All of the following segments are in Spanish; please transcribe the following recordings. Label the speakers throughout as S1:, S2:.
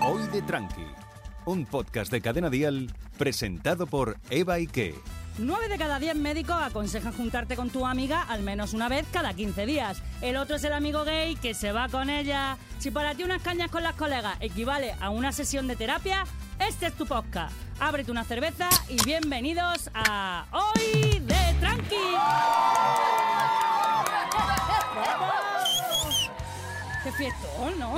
S1: Ande Tranqui, un podcast de Cadena Dial presentado por Eva Ike.
S2: 9 de cada 10 médicos aconsejan juntarte con tu amiga al menos una vez cada 15 días. El otro es el amigo gay que se va con ella. Si para ti unas cañas con las colegas equivale a una sesión de terapia, este es tu podcast. Ábrete una cerveza y bienvenidos a Hoy de Tranqui. ¡Qué fiestón, ¿no?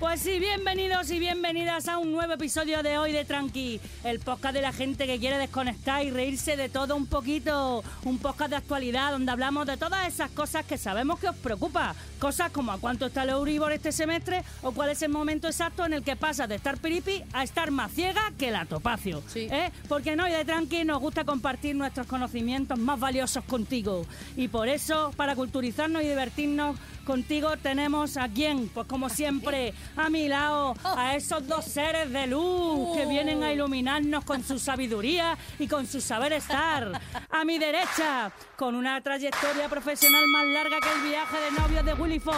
S2: Pues sí, bienvenidos y bienvenidas a un nuevo episodio de hoy de Tranqui, el podcast de la gente que quiere desconectar y reírse de todo un poquito, un podcast de actualidad donde hablamos de todas esas cosas que sabemos que os preocupa, cosas como a cuánto está el Euribor este semestre o cuál es el momento exacto en el que pasas de estar piripi a estar más ciega que la topacio.
S3: Sí.
S2: ¿eh? Porque en hoy de Tranqui nos gusta compartir nuestros conocimientos más valiosos contigo y por eso, para culturizarnos y divertirnos, Contigo tenemos a quién, pues como siempre, a mi lado, a esos dos seres de luz que vienen a iluminarnos con su sabiduría y con su saber estar. A mi derecha, con una trayectoria profesional más larga que el viaje de novios de Willy Fo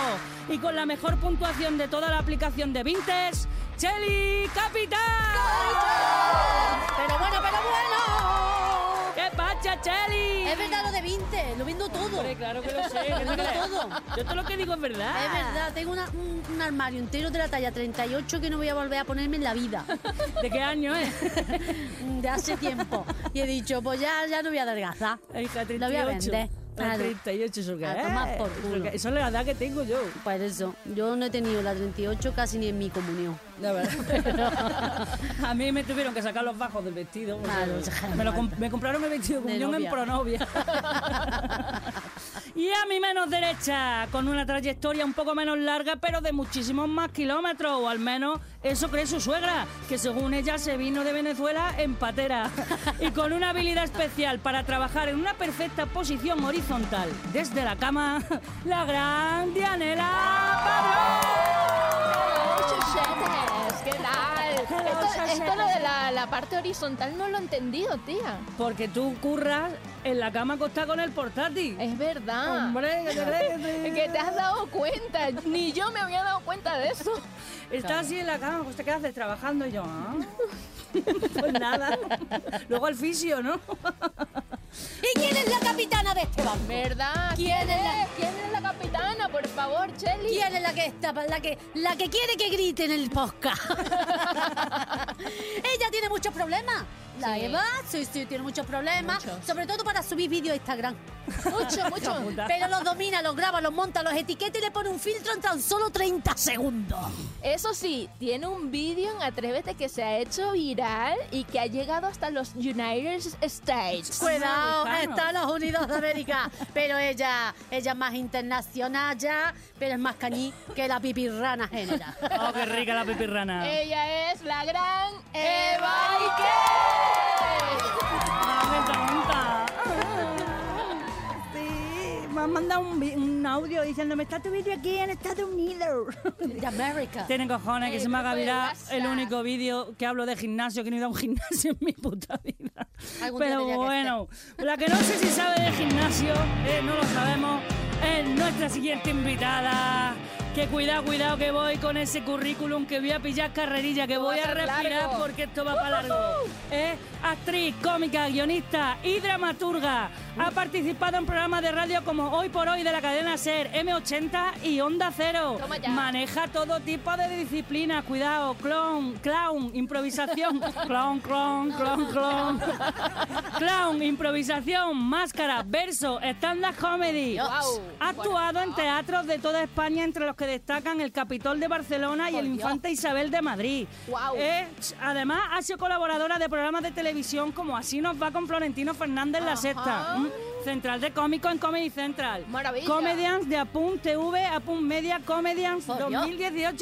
S2: y con la mejor puntuación de toda la aplicación de Vintes, Cheli Capital.
S3: Pero bueno, pero bueno.
S2: ¿Qué pacha, Cheli?
S3: Es verdad lo de 20, lo vendo todo.
S2: Hombre, claro que lo sé. ¿qué
S3: Lo
S2: te
S3: vendo
S2: crees?
S3: todo.
S2: Yo todo lo que digo es verdad.
S3: Es verdad, tengo una- un, un armario entero de la talla 38 que no voy a volver a ponerme en la vida,
S2: ¿De qué año es?
S3: de hace tiempo. Y he dicho, pues ya, ya no voy a adelgazar.
S2: Hija, 38.
S3: Lo voy a vender.
S2: Ah,
S3: Claro.
S2: 38 eso que
S3: A
S2: es.
S3: tomar por
S2: Eso
S3: culo.
S2: que- Eso es la edad que tengo yo.
S3: Pues eso, yo no he tenido la 38 casi ni en mi comunión.
S2: La verdad. a mí me tuvieron que sacar los bajos del vestido. o sea,
S3: Claro, ya.
S2: me, lo comp- me compraron el vestido de
S3: De
S2: comunión en
S3: novia.
S2: pronovia. y a mi menos derecha, con una trayectoria un poco menos larga, pero de muchísimos más kilómetros, o al menos eso cree su suegra, que según ella se vino de Venezuela en patera. y con una habilidad especial para trabajar en una perfecta posición horizontal desde la cama, la gran Dianela Pablo.
S4: Chuchetes, ¿qué tal?
S2: Hello,
S4: Esto,
S2: chuchetes.
S4: esto lo de la, la parte horizontal no lo he entendido, tía.
S2: Porque tú curras en la cama acostada con el portátil.
S4: Es verdad.
S2: Hombre, ¿qué te crees?
S4: Es Que te has dado cuenta. Ni yo me había dado cuenta de eso.
S2: Estás así en la cama, pues te quedas de trabajando y yo, ah. Pues nada. Luego al fisio, ¿no?
S3: ¿Y quién es la capitana de este barco?
S4: ¿Verdad?
S3: ¿Quién es la-
S4: ¿Quién es la capitana? Por favor, Cheli.
S3: ¿Quién es la que está, la que, la que quiere que grite en el podcast? Ella tiene muchos problemas. La
S4: Sí.
S3: Eva, sí, sí, tiene muchos problemas.
S4: Muchos.
S3: Sobre todo para subir vídeos a Instagram.
S4: Mucho,
S2: Hija
S4: mucho.
S2: puta.
S3: Pero los domina, los graba, los monta, los etiqueta y le pone un filtro en tan solo 30 segundos.
S4: Eso sí, tiene un vídeo en Atrévete que se ha hecho viral y que ha llegado hasta los United States. Ah,
S3: Cuidado,
S2: americano.
S3: Estados Unidos de América. Pero ella, ella es más internacional ya, pero es más cañí que la pipirrana general.
S2: Oh, qué rica la
S3: Ah.
S2: pepirrana.
S4: Eh. Ella es la gran E. Eva
S3: Eva
S4: Ike.
S2: Ah, Sí, me han mandado un, vi- un audio diciéndome, está tu vídeo aquí en Estados Unidos.
S3: De América.
S2: Tienen cojones que
S4: El
S2: se me haga
S4: grupo de
S2: viral
S4: WhatsApp.
S2: el único vídeo que hablo de gimnasio, que no he ido a un gimnasio en mi puta vida.
S3: Algún día
S2: Pero
S3: tenía que
S2: bueno, la que no sé si sabe de gimnasio, eh, no lo sabemos, es nuestra siguiente invitada. Que cuidado, cuidado que voy con ese currículum, que voy a pillar carrerilla, que
S4: Esto va
S2: voy
S4: a
S2: a
S4: ser
S2: respirar
S4: largo.
S2: porque esto va para largo. Es actriz, cómica, guionista y dramaturga. Ha participado en programas de radio como Hoy por Hoy de la cadena SER, M80 y Onda Cero.
S4: Toma ya.
S2: Maneja todo tipo de disciplinas, cuidado, clown, clown, improvisación, clown, clown, clown, clown, clown, improvisación, máscara, verso, stand-up comedy.
S4: Guau.
S2: Ha actuado en teatros de toda España, entre los que destacan el Capitol de Barcelona y
S4: Por
S2: el
S4: Dios.
S2: Infante Isabel de Madrid.
S4: Guau.
S2: Eh, además, ha sido colaboradora de programas de televisión como Así nos va con Florentino Fernández La
S4: Ajá.
S2: Sexta. ¿m? Central de Cómico en Comedy Central.
S4: Maravilla.
S2: Comedians de Apun TV, Apun Media Comedians
S3: Por
S2: 2018-19.
S3: Dios.
S4: Por Dios,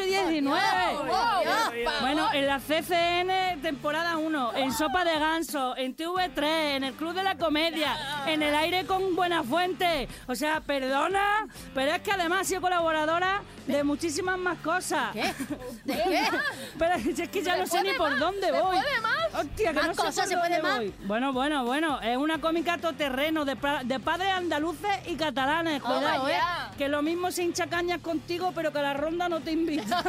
S4: por Dios.
S2: Bueno, en la CCN temporada 1, en Sopa de Ganso, en TV3, en el Club de la Comedia, en el aire con Buenafuente. O sea, perdona, pero es que además ha sido colaboradora de muchísimas más cosas.
S3: ¿Qué? ¿De
S4: ¿Qué?
S3: qué?
S2: Pero es que ya
S4: ¿Se
S2: no sé ni
S4: puede
S2: por
S4: más?
S2: dónde
S4: ¿Se
S2: voy.
S4: puede más?
S2: Hostia, que
S3: ¿Más
S2: no sé
S3: cosas
S2: por
S3: se puede
S2: dónde
S3: más?
S2: voy. Bueno, bueno, bueno. Es una cómica toterreno de, pa- de padres andaluces y catalanes.
S4: Toma
S2: Cuidado, ¿eh?
S4: ya.
S2: Que lo mismo se hincha cañas contigo, pero que a la ronda no te invita.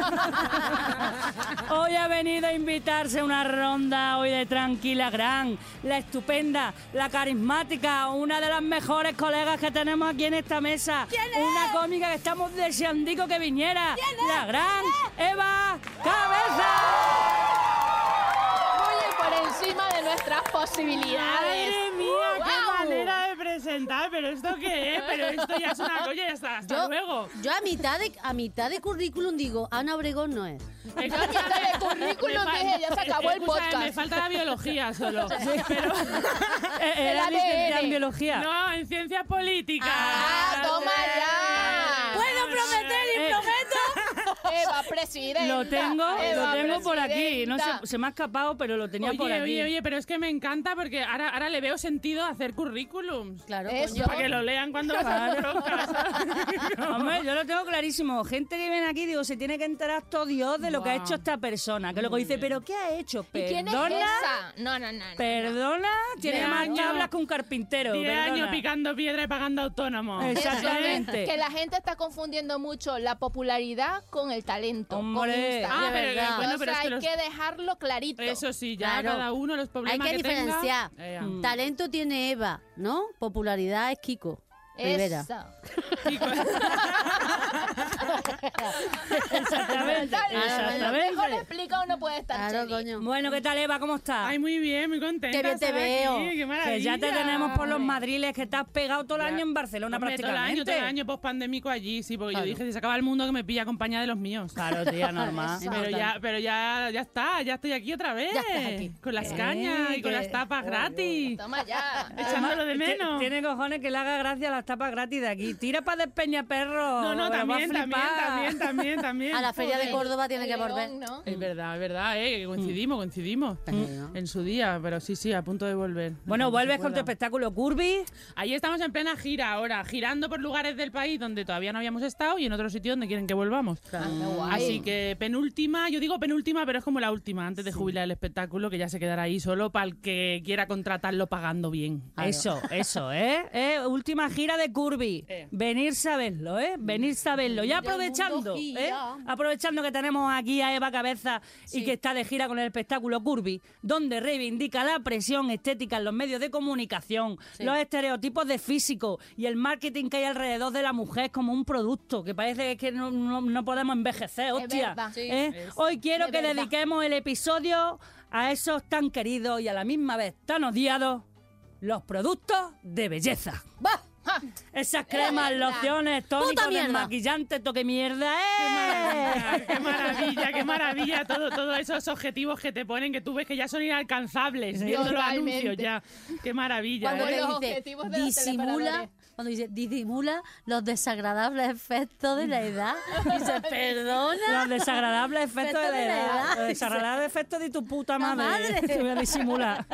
S2: hoy ha venido a invitarse una ronda hoy de Tranquila Gran, la estupenda, la carismática, una de las mejores colegas que tenemos aquí en esta mesa. Una cómica que estamos deseando que viniera. La gran Eva Cabeza.
S4: Oye, por encima de nuestras posibilidades. Uh,
S5: ¡Madre mía! ¡Qué
S4: ¡Guau!
S5: manera de presentar! ¿Pero esto qué es? Pero esto ya es una coña, ya está. ¡Hasta
S3: Yo,
S5: luego!
S3: yo a mitad de a mitad de currículum digo, Ana Obregón no es.
S5: Es
S4: Yo ya de currículum
S5: Me fal-
S4: dije, ya se acabó el
S5: Escúchame, Me
S4: podcast.
S5: falta la biología solo. Pero
S2: Eh, eh, Era
S4: El
S2: licenciada en
S4: ADN.
S2: biología.
S5: no, en ciencia política.
S4: ¡Ah, toma ya!
S3: Puedo prometer
S2: Eh,
S3: y prometo.
S4: Eva, presidenta.
S2: Lo tengo,
S4: Eva,
S2: lo tengo por aquí. No
S4: presidenta.
S2: sé, se me ha escapado, pero lo tenía por
S5: Oye,
S2: aquí.
S5: oye, oye, pero es que me encanta porque ahora, ahora le veo sentido a hacer currículums.
S3: Claro,
S4: Eso.
S3: coño.
S5: Para que lo lean cuando pasan broncas.
S2: Hombre, yo lo tengo clarísimo. Gente que viene aquí, digo, se tiene que enterar todo Dios de lo que ha
S5: Guau.
S2: hecho esta persona. Que luego dice, ¿pero qué ha hecho?
S4: ¿Y quién es
S2: Perdona,
S4: esa? No, no, no. no.
S2: perdona, tiene
S5: Diez
S2: más
S5: años.
S2: tablas que un carpintero.
S5: Diez años
S2: perdona.
S5: picando piedra y pagando autónomo.
S2: Exacto.
S4: Eso es,
S2: Exactamente.
S4: Que la gente está confundiendo mucho la popularidad con el talento. con
S2: Hombre.
S4: Instagram.
S5: Ah,
S3: de
S5: pero,
S3: verdad.
S5: bueno,
S4: Entonces
S5: pero es que
S4: hay
S5: los-
S4: que dejarlo clarito.
S5: Eso sí, ya
S3: Claro.
S5: cada uno los
S3: Hay
S5: problemas
S3: que
S5: tenga. eh,
S3: diferenciar.
S5: Ea.
S2: Mm.
S3: Talento tiene Eva, ¿no? Popularidad es Kiko. Rivera.
S4: Eso.
S2: Exactamente.
S4: Lo mejor
S2: Exactamente.
S4: explicado no puede estar
S3: Claro,
S4: Cheli.
S3: coño.
S2: Bueno, ¿qué tal, Eva? ¿Cómo estás?
S5: Ay, muy bien, muy contenta.
S3: Qué bien te
S5: de estar
S3: veo.
S5: aquí, qué
S2: Que ya te
S5: maravilla.
S2: tenemos por los madriles, que estás pegado todo el
S5: Ya.
S2: año en Barcelona
S5: Hombre, todo el
S2: prácticamente.
S5: año, todo el año pospandémico allí, sí, porque
S3: Claro.
S5: yo dije, si se acaba el mundo que me pilla acompañada de los míos.
S2: Claro, tía, normal.
S3: Eso.
S5: Pero ya, pero ya, ya está, ya estoy aquí otra vez.
S3: Ya estás aquí.
S5: Con las
S2: Eh,
S5: cañas y con
S2: que-
S5: las tapas gratis.
S4: Toma ya.
S5: Echándolo de
S2: Además,
S5: menos.
S2: Tiene cojones que le haga gracia las tapas gratis de aquí. Tira para Despeñaperro.
S5: No, no,
S2: lo va a
S5: también, también,
S2: flipar.
S5: también, también, también.
S3: A la feria de
S4: El-
S3: Córdoba tiene
S4: el
S3: que
S4: león,
S3: volver.
S4: ¿no?
S5: Es verdad, es verdad, eh, que coincidimos, coincidimos.
S3: Pero-
S5: En su día, pero sí, sí, a punto de volver.
S2: Bueno,
S5: Cuando se
S2: vuelves con tu
S5: pueda.
S2: espectáculo Curvy.
S5: Ahí estamos en plena gira ahora, girando por lugares del país donde todavía no habíamos estado y en otro sitio donde quieren que volvamos. Así que penúltima, yo digo penúltima, pero es como la última, antes de jubilar el espectáculo, que ya se quedará ahí solo para el que quiera contratarlo pagando bien.
S2: Eso, eso, ¿eh? ¿eh? Última gira de Curvy.
S5: Eh.
S2: Venir saberlo, ¿eh? Venir saberlo. Y aprovechando, ¿eh? Aprovechando que tenemos aquí a Eva Cabeza y que está de gira con el espectáculo Curvy, donde reivindica la presión estética en los medios de comunicación, los estereotipos de físico y el marketing que hay alrededor de la mujer como un producto, que parece que no, no- no podemos envejecer, hostia.
S4: verdad. Sí,
S2: ¿eh? Hoy quiero
S4: Es
S2: que
S4: verdad.
S2: dediquemos el episodio a esos tan queridos y a la misma vez tan odiados los productos de belleza.
S3: ¡Bah!
S2: Esas cremas,
S4: verdad.
S2: lociones, tónicos,
S3: Puta mierda.
S2: desmaquillantes, toque mierda, ¡eh!
S5: Ah, ¡Qué maravilla, qué maravilla! Todo, todos esos objetivos que te ponen, que tú ves que ya son inalcanzables, ¿eh? viendo los
S4: Totalmente.
S5: anuncios ya. ¡Qué maravilla!
S3: Cuando
S5: eh!
S4: Con los
S3: te dice,
S4: objetivos de los
S3: disimula,
S4: teleoperadores".
S3: cuando dice, disimula los desagradables efectos de la edad. Dice, perdona.
S2: Los desagradables efectos de la edad. Los
S3: dice.
S2: desagradables efectos de tu puta
S3: La
S2: madre.
S3: madre.
S2: Te voy a disimular.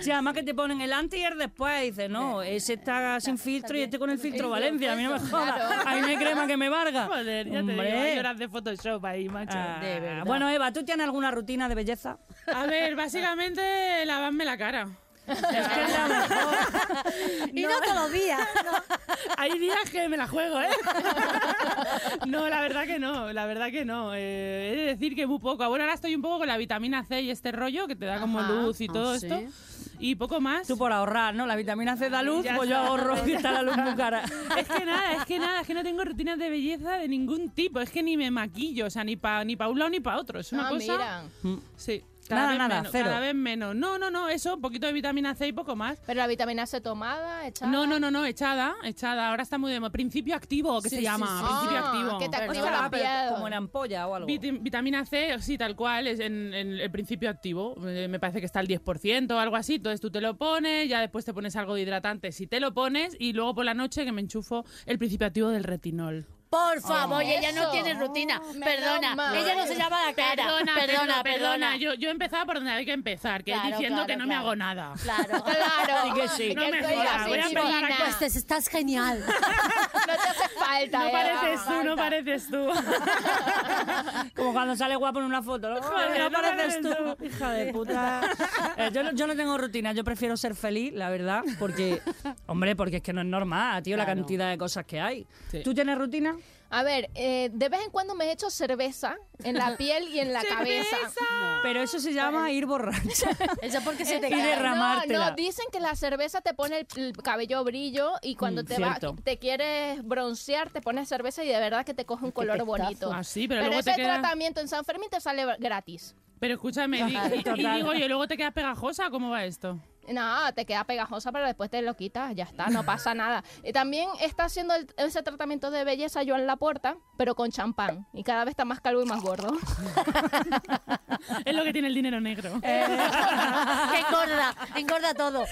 S2: Sí, además que te ponen el antes y el después. Y dices, no, ese está sin filtro y este con el filtro Valencia. A mí no me jodas. Ahí no hay crema que me valga.
S5: Joder, ya te digo,
S2: Hombre.
S5: hay horas de Photoshop ahí, macho.
S2: Ah, bueno, Eva, ¿tú tienes alguna rutina de belleza?
S5: A ver, básicamente, lavarme la cara.
S2: Es que es la mejor.
S3: Y no todos los días.
S5: Hay días que me la juego, ¿eh? No, la verdad que no, la verdad que no. Eh, he de decir que muy poco. Bueno, ahora estoy un poco con la vitamina C y este rollo que te da como luz y todo
S3: Ah, sí.
S5: esto. Y poco más.
S2: Tú por ahorrar, ¿no? La vitamina C da luz,
S5: Ya
S2: pues yo
S5: está. Pues
S2: ahorro que está la luz muy cara.
S5: Es que nada, es que nada, es que no tengo rutinas de belleza de ningún tipo. Es que ni me maquillo, o sea, ni para ni pa un lado ni para otro. Es una
S4: Ah,
S5: cosa.
S4: mira.
S5: Sí.
S2: Nada,
S5: vez
S2: nada,
S5: menos,
S2: cero.
S5: Cada vez menos. No, no, no, eso, un poquito de vitamina C y poco más.
S4: Pero la vitamina C tomada, echada.
S5: No, no, no, no, echada, echada. Ahora está muy de moda. Principio activo, que se llama. Principio
S4: Ah,
S5: activo.
S4: que te activa
S2: Ostras,
S4: la
S2: pero
S4: piel.
S2: como en ampolla o algo.
S5: Viti- vitamina C, sí, tal cual, es en, en el principio activo. Eh, Me parece que está al 10% o algo así. Entonces tú te lo pones, ya después te pones algo de hidratante si te lo pones, y luego por la noche que me enchufo el principio activo del retinol.
S3: Por favor,
S4: Oh.
S3: ella no
S4: Eso.
S3: tiene rutina.
S4: Oh, menos
S3: Perdona.
S4: mal.
S3: Ella no se llama la cara. Perdona, perdona.
S5: Yo, yo empezaba por donde había que empezar, que es
S3: Claro,
S5: diciendo
S3: claro,
S5: que no me
S3: claro.
S5: hago nada.
S3: Claro.
S4: Claro.
S2: Sí que sí.
S5: No me
S4: estoy
S5: jodas, voy a
S4: así,
S5: empezar
S4: divina.
S5: aquí.
S3: Pues te- estás genial.
S4: No te hace vuelta.
S5: No
S4: eh,
S5: pareces
S4: daba
S5: tú, no
S4: vuelta.
S5: pareces tú.
S2: Como cuando sale guapo en una foto. ¿no?
S5: Joder,
S2: no
S5: no
S2: pareces
S5: pareces
S2: tú, hija de puta. Eh, yo, no, yo no tengo rutina, yo prefiero ser feliz, la verdad, porque, hombre, porque es que no es normal, tío, la
S3: Claro.
S2: cantidad de cosas que hay.
S5: Sí.
S2: ¿Tú tienes rutina?
S4: A ver, eh, de vez en cuando me he hecho cerveza en la piel y en la cabeza.
S2: Pero eso se llama ir borracho.
S3: Eso porque se te
S2: Y
S3: cae.
S2: de- derramártela.
S4: No, no, dicen que la cerveza te pone el, el cabello brillo y cuando
S2: Mm,
S4: te, va-
S2: cierto.
S4: te quieres broncear te pones cerveza y de verdad que te coge un color
S3: pestazo.
S4: bonito.
S5: Ah, sí, pero luego te
S4: ese
S5: queda-
S4: tratamiento en San Fermín te sale gratis.
S5: Pero escúchame, y,
S2: Total.
S5: y- y digo yo, luego te quedas pegajosa, ¿cómo va esto?
S4: No, te queda pegajosa, pero después te lo quitas, ya está, no pasa nada. Y también está haciendo el- ese tratamiento de belleza Joan Laporta, pero con champán. Y cada vez está más calvo y más gordo.
S5: Es lo que tiene el dinero negro.
S3: Eh. que engorda, engorda todo.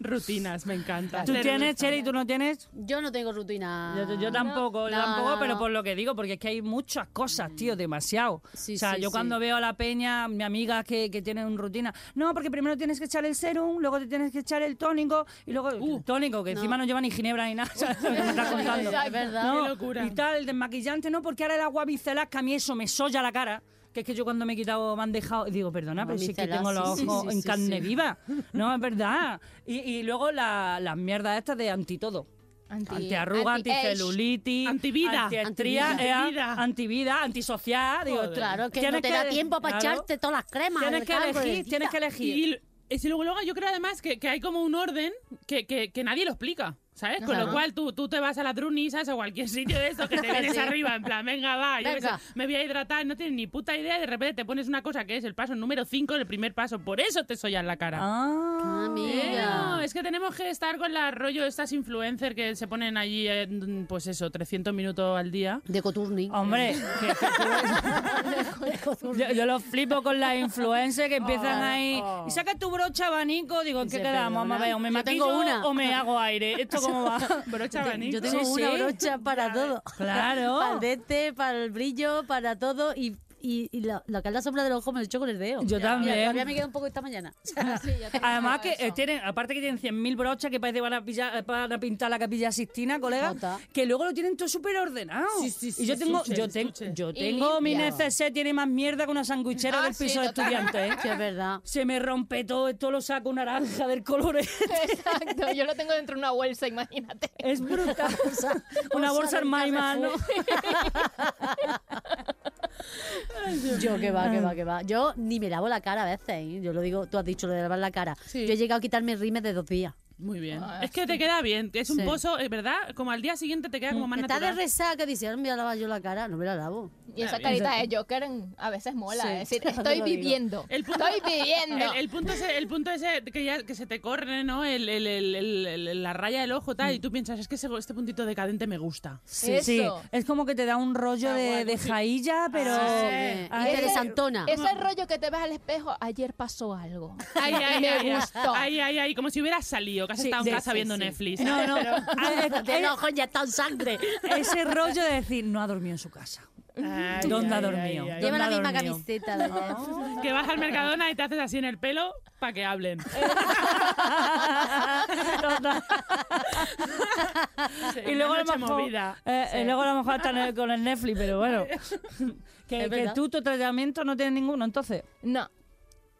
S5: Rutinas, me encanta.
S2: ¿Tú
S5: Ser
S2: tienes,
S5: rutinosa.
S2: Cheri, tú no tienes?
S3: Yo no tengo rutina.
S2: Yo, yo tampoco, yo
S3: No,
S2: tampoco,
S3: no,
S2: pero
S3: no.
S2: por lo que digo, porque es que hay muchas cosas, tío, demasiado.
S3: Sí,
S2: o sea,
S3: sí,
S2: yo
S3: sí.
S2: cuando veo a la peña, mi amiga que, que tiene un rutina, no, porque primero tienes que echar el serum, luego te tienes que echar el tónico, y luego
S3: Uh,
S2: el tónico, que encima no lleva ni ginebra ni nada, ¿sabes lo que me estás contando?
S3: Es verdad.
S2: No,
S5: Qué locura.
S2: Y tal, el desmaquillante, no, porque ahora el agua micelar, que a mí eso me soya la cara. Que es que yo cuando me he quitado, me han dejado, digo, perdona,
S3: Agua
S2: pero sí que
S3: micelar,
S2: tengo los
S3: sí, sí,
S2: ojos
S3: sí,
S2: en
S3: sí,
S2: carne
S3: sí.
S2: viva. No, es verdad. Y, y luego la- las mierdas estas de anti todo.
S4: Anti-
S2: Antiarruga,
S4: anti-age.
S2: anticelulitis,
S5: Antivida.
S2: antiestría,
S5: Antivida.
S2: eh,
S5: Antivida.
S2: antivida, antisocial. Digo,
S3: Claro, que no
S2: tienes
S3: te da tiempo para
S2: claro,
S3: echarte todas las cremas.
S2: Tienes
S3: me
S2: que
S3: cago en
S2: elegir,
S3: la
S2: tienes que
S3: vida.
S2: elegir.
S5: Y, y si luego, luego yo creo además que, que hay como un orden que, que- que nadie lo explica, ¿sabes? Con
S3: Ajá.
S5: lo cual tú, tú te vas a la Druni, ¿sabes? O cualquier sitio de estos que te vienes
S3: Sí.
S5: arriba, en plan, venga, va, yo qué sé,
S3: Venga.
S5: me voy a hidratar, no tienes ni puta idea, y de repente te pones una cosa que es el paso número 5, el primer paso, por eso te soya en la cara.
S2: Ah,
S3: Ah,
S5: Eh, no,
S3: mira.
S5: es que tenemos que estar con la rollo de estas influencers que se ponen allí, eh, pues eso, 300 minutos al día.
S3: De Coturni.
S2: hombre, que-
S3: De Coturni.
S2: yo, yo lo flipo con las influencers que empiezan ahí. Y saca tu brocha abanico, digo, ¿en qué
S3: Dice,
S2: quedamos? Vamos a ver, o me
S3: perdona, yo
S2: maquillo
S3: tengo una.
S2: o me hago aire. ¿Esto cómo va?
S5: Brocha abanico.
S3: Yo tengo
S2: Sí,
S3: una
S2: sí.
S3: brocha para todo.
S2: Claro.
S3: Para el dente, para el brillo, para todo. Y, y, y la, la que es la sombra del ojo me lo echo con el dedo.
S2: Yo
S3: Mira,
S2: también.
S3: todavía me queda un poco esta mañana.
S4: Sí, yo tengo
S2: Además que
S4: eso.
S2: eh, tienen, aparte que tienen 100.000 brochas que parece van a, pillar- eh, van a pintar la capilla Sistina, colega,
S3: Jota.
S2: que luego lo tienen todo súper ordenado.
S5: Sí, sí, sí,
S2: y yo tengo,
S5: estuches,
S2: yo, te-
S5: estuches.
S2: yo
S4: Y
S2: tengo mi
S4: limpiado.
S2: neceser, tiene más mierda que una sanguichera
S4: Ah,
S2: del
S4: sí,
S2: piso de
S4: total.
S2: estudiantes. ¿eh?
S3: Sí, es verdad.
S2: Se me rompe todo, esto lo saco naranja del color.
S4: Exacto, yo lo tengo dentro de una bolsa, imagínate.
S2: Es brutal. una bolsa
S3: bolsa
S2: en Maima, ¿no?
S3: Yo que va, que va, que va. Yo ni me lavo la cara a veces. ¿eh? Yo lo digo, tú has dicho lo de lavar la cara.
S5: Sí.
S3: Yo he llegado a quitarme el rímel de dos días.
S5: Muy bien. es que te queda bien, que es un
S3: Sí. Mm,
S5: pozo, es verdad, como al día siguiente te queda como más
S3: Está de
S5: natural.
S3: resaca, dice, ahora me voy a lavar yo la cara. No me la lavo.
S4: Y esa carita de Joker mm, a veces mola.
S3: Sí,
S4: es decir,
S3: te lo
S4: estoy
S3: digo.
S4: viviendo.
S5: El punto-
S4: estoy viviendo.
S5: El, el punto ese, el punto ese que, ya, que se te corre, ¿no? El, el- el- el- el- la raya del ojo, tal, y tú piensas, es que ese- este puntito decadente me gusta.
S4: Eso.
S2: Es como que te da un rollo de, de jailla, pero...
S5: Sí.
S2: Ah,
S3: Interesantona.
S4: Ese rollo que te ves al espejo, ayer pasó algo.
S5: Ay, ay,
S4: me
S5: ay, ay,
S4: gustó.
S5: ay, ay, ay, como si hubieras salido, que has
S2: Sí,
S5: estado
S2: sí,
S5: en casa
S2: sí,
S5: viendo
S2: sí.
S5: Netflix.
S2: No, no. Ah, es-
S3: De los ojos ya está en sangre.
S2: ese rollo de decir, no ha dormido en su casa.
S5: Ay,
S2: ¿Dónde ha
S5: ay,
S2: dormido?
S5: ay, ay.
S3: Lleva
S2: ¿Dónde
S3: la
S2: ha
S3: misma
S2: dormido?
S3: camiseta. la verdad.
S5: Que vas al Mercadona y te haces así en el pelo para que hablen.
S2: Total. y luego a, lo
S5: noche
S2: mejor,
S5: movida.
S2: eh, eh, luego a lo mejor hasta en el- con el Netflix, pero bueno. que, que
S3: Es verdad.
S2: tú tu tratamiento no tienes ninguno, entonces.
S4: No.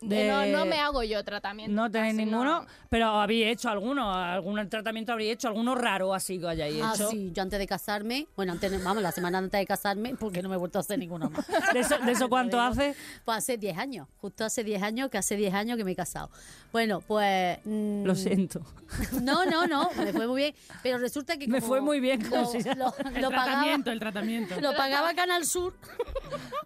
S2: De-
S4: no. No me hago yo tratamiento.
S2: No tenéis
S4: casi
S2: ninguno,
S4: no.
S2: pero habéis hecho alguno, algún tratamiento habréis hecho, alguno raro así que hayáis
S3: Ah,
S2: hecho.
S3: sí, yo antes de casarme, bueno, antes, no, vamos, la semana antes de casarme, porque no me he vuelto a hacer ninguna más.
S2: ¿De eso, de eso cuánto hace?
S3: Pues hace 10 años, justo hace 10 años, que hace 10 años que me he casado. Bueno, pues... mm,
S2: Lo siento.
S3: No, no, no, me fue muy bien, pero resulta que
S2: Me
S3: como
S2: fue muy bien, como
S3: lo,
S2: si ya-
S3: lo-
S5: El
S3: lo pagaba,
S5: tratamiento, el tratamiento.
S3: lo pagaba Canal Sur,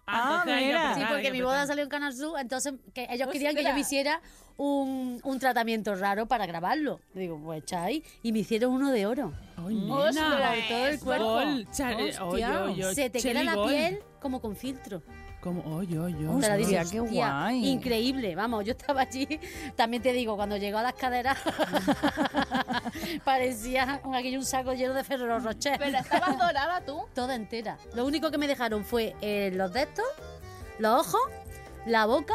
S2: Ah,
S5: entonces hay que
S2: mira.
S5: apretar,
S2: Sí,
S3: sí,
S5: hay que
S3: porque mi
S5: apretar.
S3: boda salió en Canal Sur, entonces que ellos querían que yo me hiciera un, un tratamiento raro para grabarlo. Digo, pues chai, y me hicieron uno de oro.
S5: Ay, nena.
S3: Ostras, todo el cuerpo.
S5: Gol, chale,
S2: Hostia.
S5: oy, oy, oy,
S3: Se te queda
S5: cheli
S3: la
S5: gol.
S3: piel como con filtro.
S5: Como, oy, oy, oy.
S3: Te la dices,
S2: Hostia, qué
S3: "Hostia,
S2: guay".
S3: Increíble, vamos, yo estaba allí. También te digo, cuando llegó a las caderas, parecía un- aquello un saco lleno de Ferrero Rocher.
S4: Pero estabas dorada tú.
S3: Toda entera. Lo único que me dejaron fue eh, los de estos, los ojos, la boca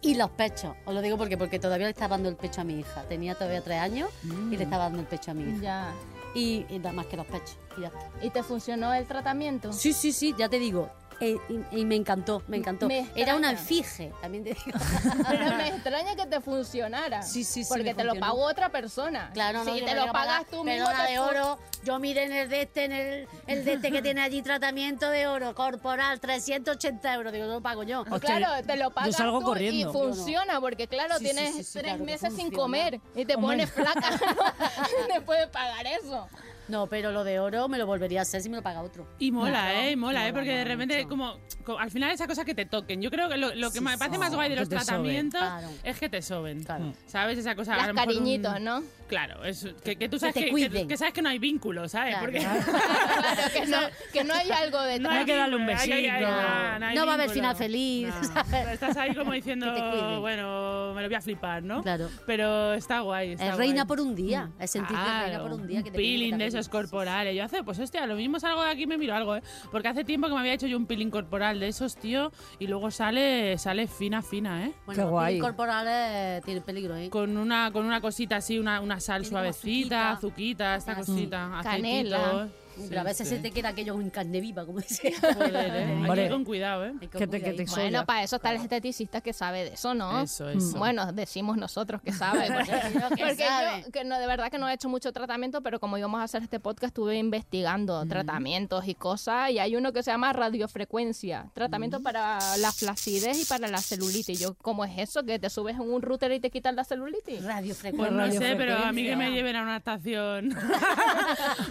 S3: y los pechos. Os lo digo porque, porque todavía le estaba dando el pecho a mi hija. Tenía todavía tres años y le estaba dando el pecho a mi hija.
S4: Ya.
S3: Y, y nada más que los pechos. Y ya está.
S4: ¿Y te funcionó el tratamiento?
S3: Sí, sí, sí, ya te digo. Eh, y, y me encantó, me encantó.
S4: Me
S3: Era una
S4: extraña.
S3: enfije, también te digo.
S4: Pero me extraña que te funcionara.
S3: Sí, sí, sí,
S4: Porque
S3: me
S4: te lo
S3: funcionó.
S4: pagó otra persona.
S3: Claro, no,
S4: Si
S3: yo
S4: te
S3: me
S4: lo
S3: voy a pagar
S4: pagas tú mismo,
S3: Perdona
S4: te
S3: de
S4: fun-
S3: oro. Yo miré en el de este, en el, el de este que tiene allí tratamiento de oro corporal, 380 euros. Digo, no lo pago yo.
S2: Hostia,
S4: Claro,
S2: yo-
S4: te lo pagas
S2: yo salgo
S4: tú
S2: corriendo.
S4: y funciona, porque claro,
S3: Sí, sí,
S4: tienes
S3: sí, sí,
S4: tres
S3: claro que
S4: meses sin
S3: funciona.
S4: comer y
S2: Hombre.
S4: te pones flaca ¿no? después de pagar eso.
S3: No, pero lo de oro me lo volvería a hacer si me lo paga otro.
S5: Y mola, ¿eh? Y mola,
S3: mola,
S5: ¿eh? Porque de
S3: mola
S5: repente,
S3: mucho.
S5: como, como- Al final, esa cosa que te toquen. Yo creo que lo, lo que
S3: Sí,
S5: me parece
S3: sí.
S5: más guay de
S2: Que
S5: los
S2: te soben,
S5: tratamientos
S3: claro.
S5: es que te soben.
S3: Claro.
S5: ¿Sabes? Esa cosa. a
S4: Las
S5: lo mejor un-
S4: cariñitos, ¿no?
S5: Claro, es, que, que tú sabes
S3: te
S5: que, que,
S3: cuiden.
S5: que sabes que no hay vínculo, ¿sabes?
S3: Claro.
S5: Porque
S4: Claro, que no, que no hay algo
S5: no
S4: detrás.
S2: hay que darle un
S5: vínculo, hay- hay- hay-
S2: besito.
S5: no, hay
S3: No va a haber
S5: vínculo.
S3: final feliz, ¿sabes?
S5: Estás ahí como
S3: Que te cuiden.
S5: diciendo, bueno, me lo voy a flipar, ¿no?
S3: Claro.
S5: Pero está guay. Está
S3: Es reina
S5: guay. Mm.
S3: por un día. Es sentirte reina
S5: Claro,
S3: por un día. Que te cuiden,
S5: peeling
S3: que
S5: de
S3: te
S5: esos
S3: cuiden.
S5: corporales. Yo hace, pues hostia, lo mismo salgo de aquí y me miro algo, ¿eh? Porque hace tiempo que me había hecho yo un peeling corporal de esos, tío, y luego sale sale fina, fina, ¿eh?
S3: Bueno,
S2: Qué guay.
S3: peeling corporales tiene peligro, ¿eh?
S5: Con una, con una cosita así, una, una sal
S3: Tiene como
S5: suavecita,
S3: azuquita.
S5: azuquita, esta
S3: Ya, sí.
S5: cosita,
S4: Canela.
S5: aceitito.
S3: Pero a
S5: Sí,
S3: veces
S5: sí.
S3: se te queda aquello en carne viva, como dice.
S5: Joder, ¿eh? Hay que
S2: Vale.
S5: ir con cuidado, ¿eh?
S3: Hay
S2: Que te- que te
S3: cuidar.
S2: soy yo.
S4: Bueno, para eso está el esteticista que sabe de eso, ¿no?
S5: Eso, eso.
S4: Bueno, decimos nosotros que sabe. Porque,
S3: Yo que
S4: porque
S3: sabe.
S4: yo, que no, de verdad que no he hecho mucho tratamiento, pero como íbamos a hacer este podcast, estuve investigando tratamientos y cosas. Y hay uno que se llama radiofrecuencia, tratamiento para la flacidez y para la celulitis. Yo, ¿cómo es eso? ¿Que te subes en un router y te quitan la celulitis?
S5: Pues
S3: Radiofrecuencia.
S5: no
S2: radio
S5: sé, pero a mí que me
S2: frecuencia.
S5: lleven a una estación,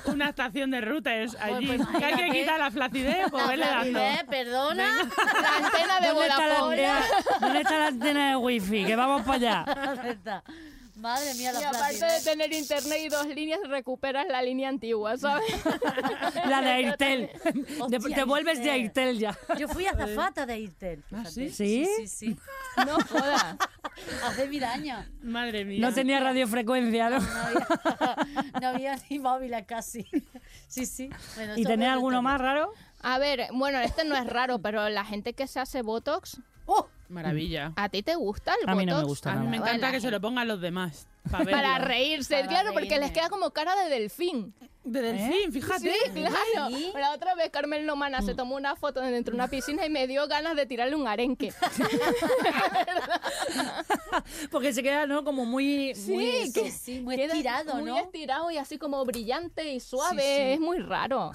S5: una estación de routers allí.
S3: pues
S5: que hay que
S3: imagínate.
S5: quitar la flacidez, pues verle dando.
S3: Eh, perdona.
S4: La antena de
S2: ¿Dónde está, la
S4: Vodafone.
S2: antena, ¿Dónde está la antena de wifi? Que vamos para allá.
S3: Verdad. Madre mía, la
S4: Y aparte
S3: flacidez.
S4: de tener internet y dos líneas, recuperas la línea antigua, ¿sabes?
S2: La de Airtel.
S3: Hostia,
S2: Te- te vuelves de Airtel ya.
S3: Yo fui azafata de Intel.
S5: ¿Ah, sí?
S2: ¿Sí?
S3: Sí, sí.
S4: No jodas.
S3: Hace mil años.
S5: Madre mía.
S2: No tenía radiofrecuencia, ¿no?
S3: No había, no había ni móviles casi. Sí, sí. Bueno,
S2: ¿Y
S3: eso
S2: tenés
S3: fue
S2: alguno
S3: todo.
S2: más raro?
S4: A ver, bueno, este no es raro, pero la gente que se hace Botox,
S3: ¡Oh!
S5: Maravilla.
S4: ¿a ti te gusta el
S2: A
S4: Botox?
S2: mí no me gusta
S5: A mí
S2: nada.
S5: me
S4: Bueno,
S5: encanta
S4: la
S5: que se lo pongan los demás. pa'
S4: gente- Para
S5: verlo.
S4: reírse,
S3: Para
S4: claro, porque les
S3: reírme. Ah,
S4: queda como cara de delfín.
S5: De
S2: ¿Eh?
S5: delfín,
S4: Sí,
S5: fíjate.
S4: claro.
S3: Ay.
S4: La otra vez Carmen Lomana se tomó una foto dentro de una piscina y me dio ganas de tirarle un arenque.
S2: Porque se queda, ¿no? Como muy... muy-
S4: Sí,
S3: Sí, sí, muy
S4: queda
S3: estirado,
S4: muy
S3: ¿no?
S4: estirado y así como brillante y suave.
S3: Sí, sí.
S4: Es muy raro.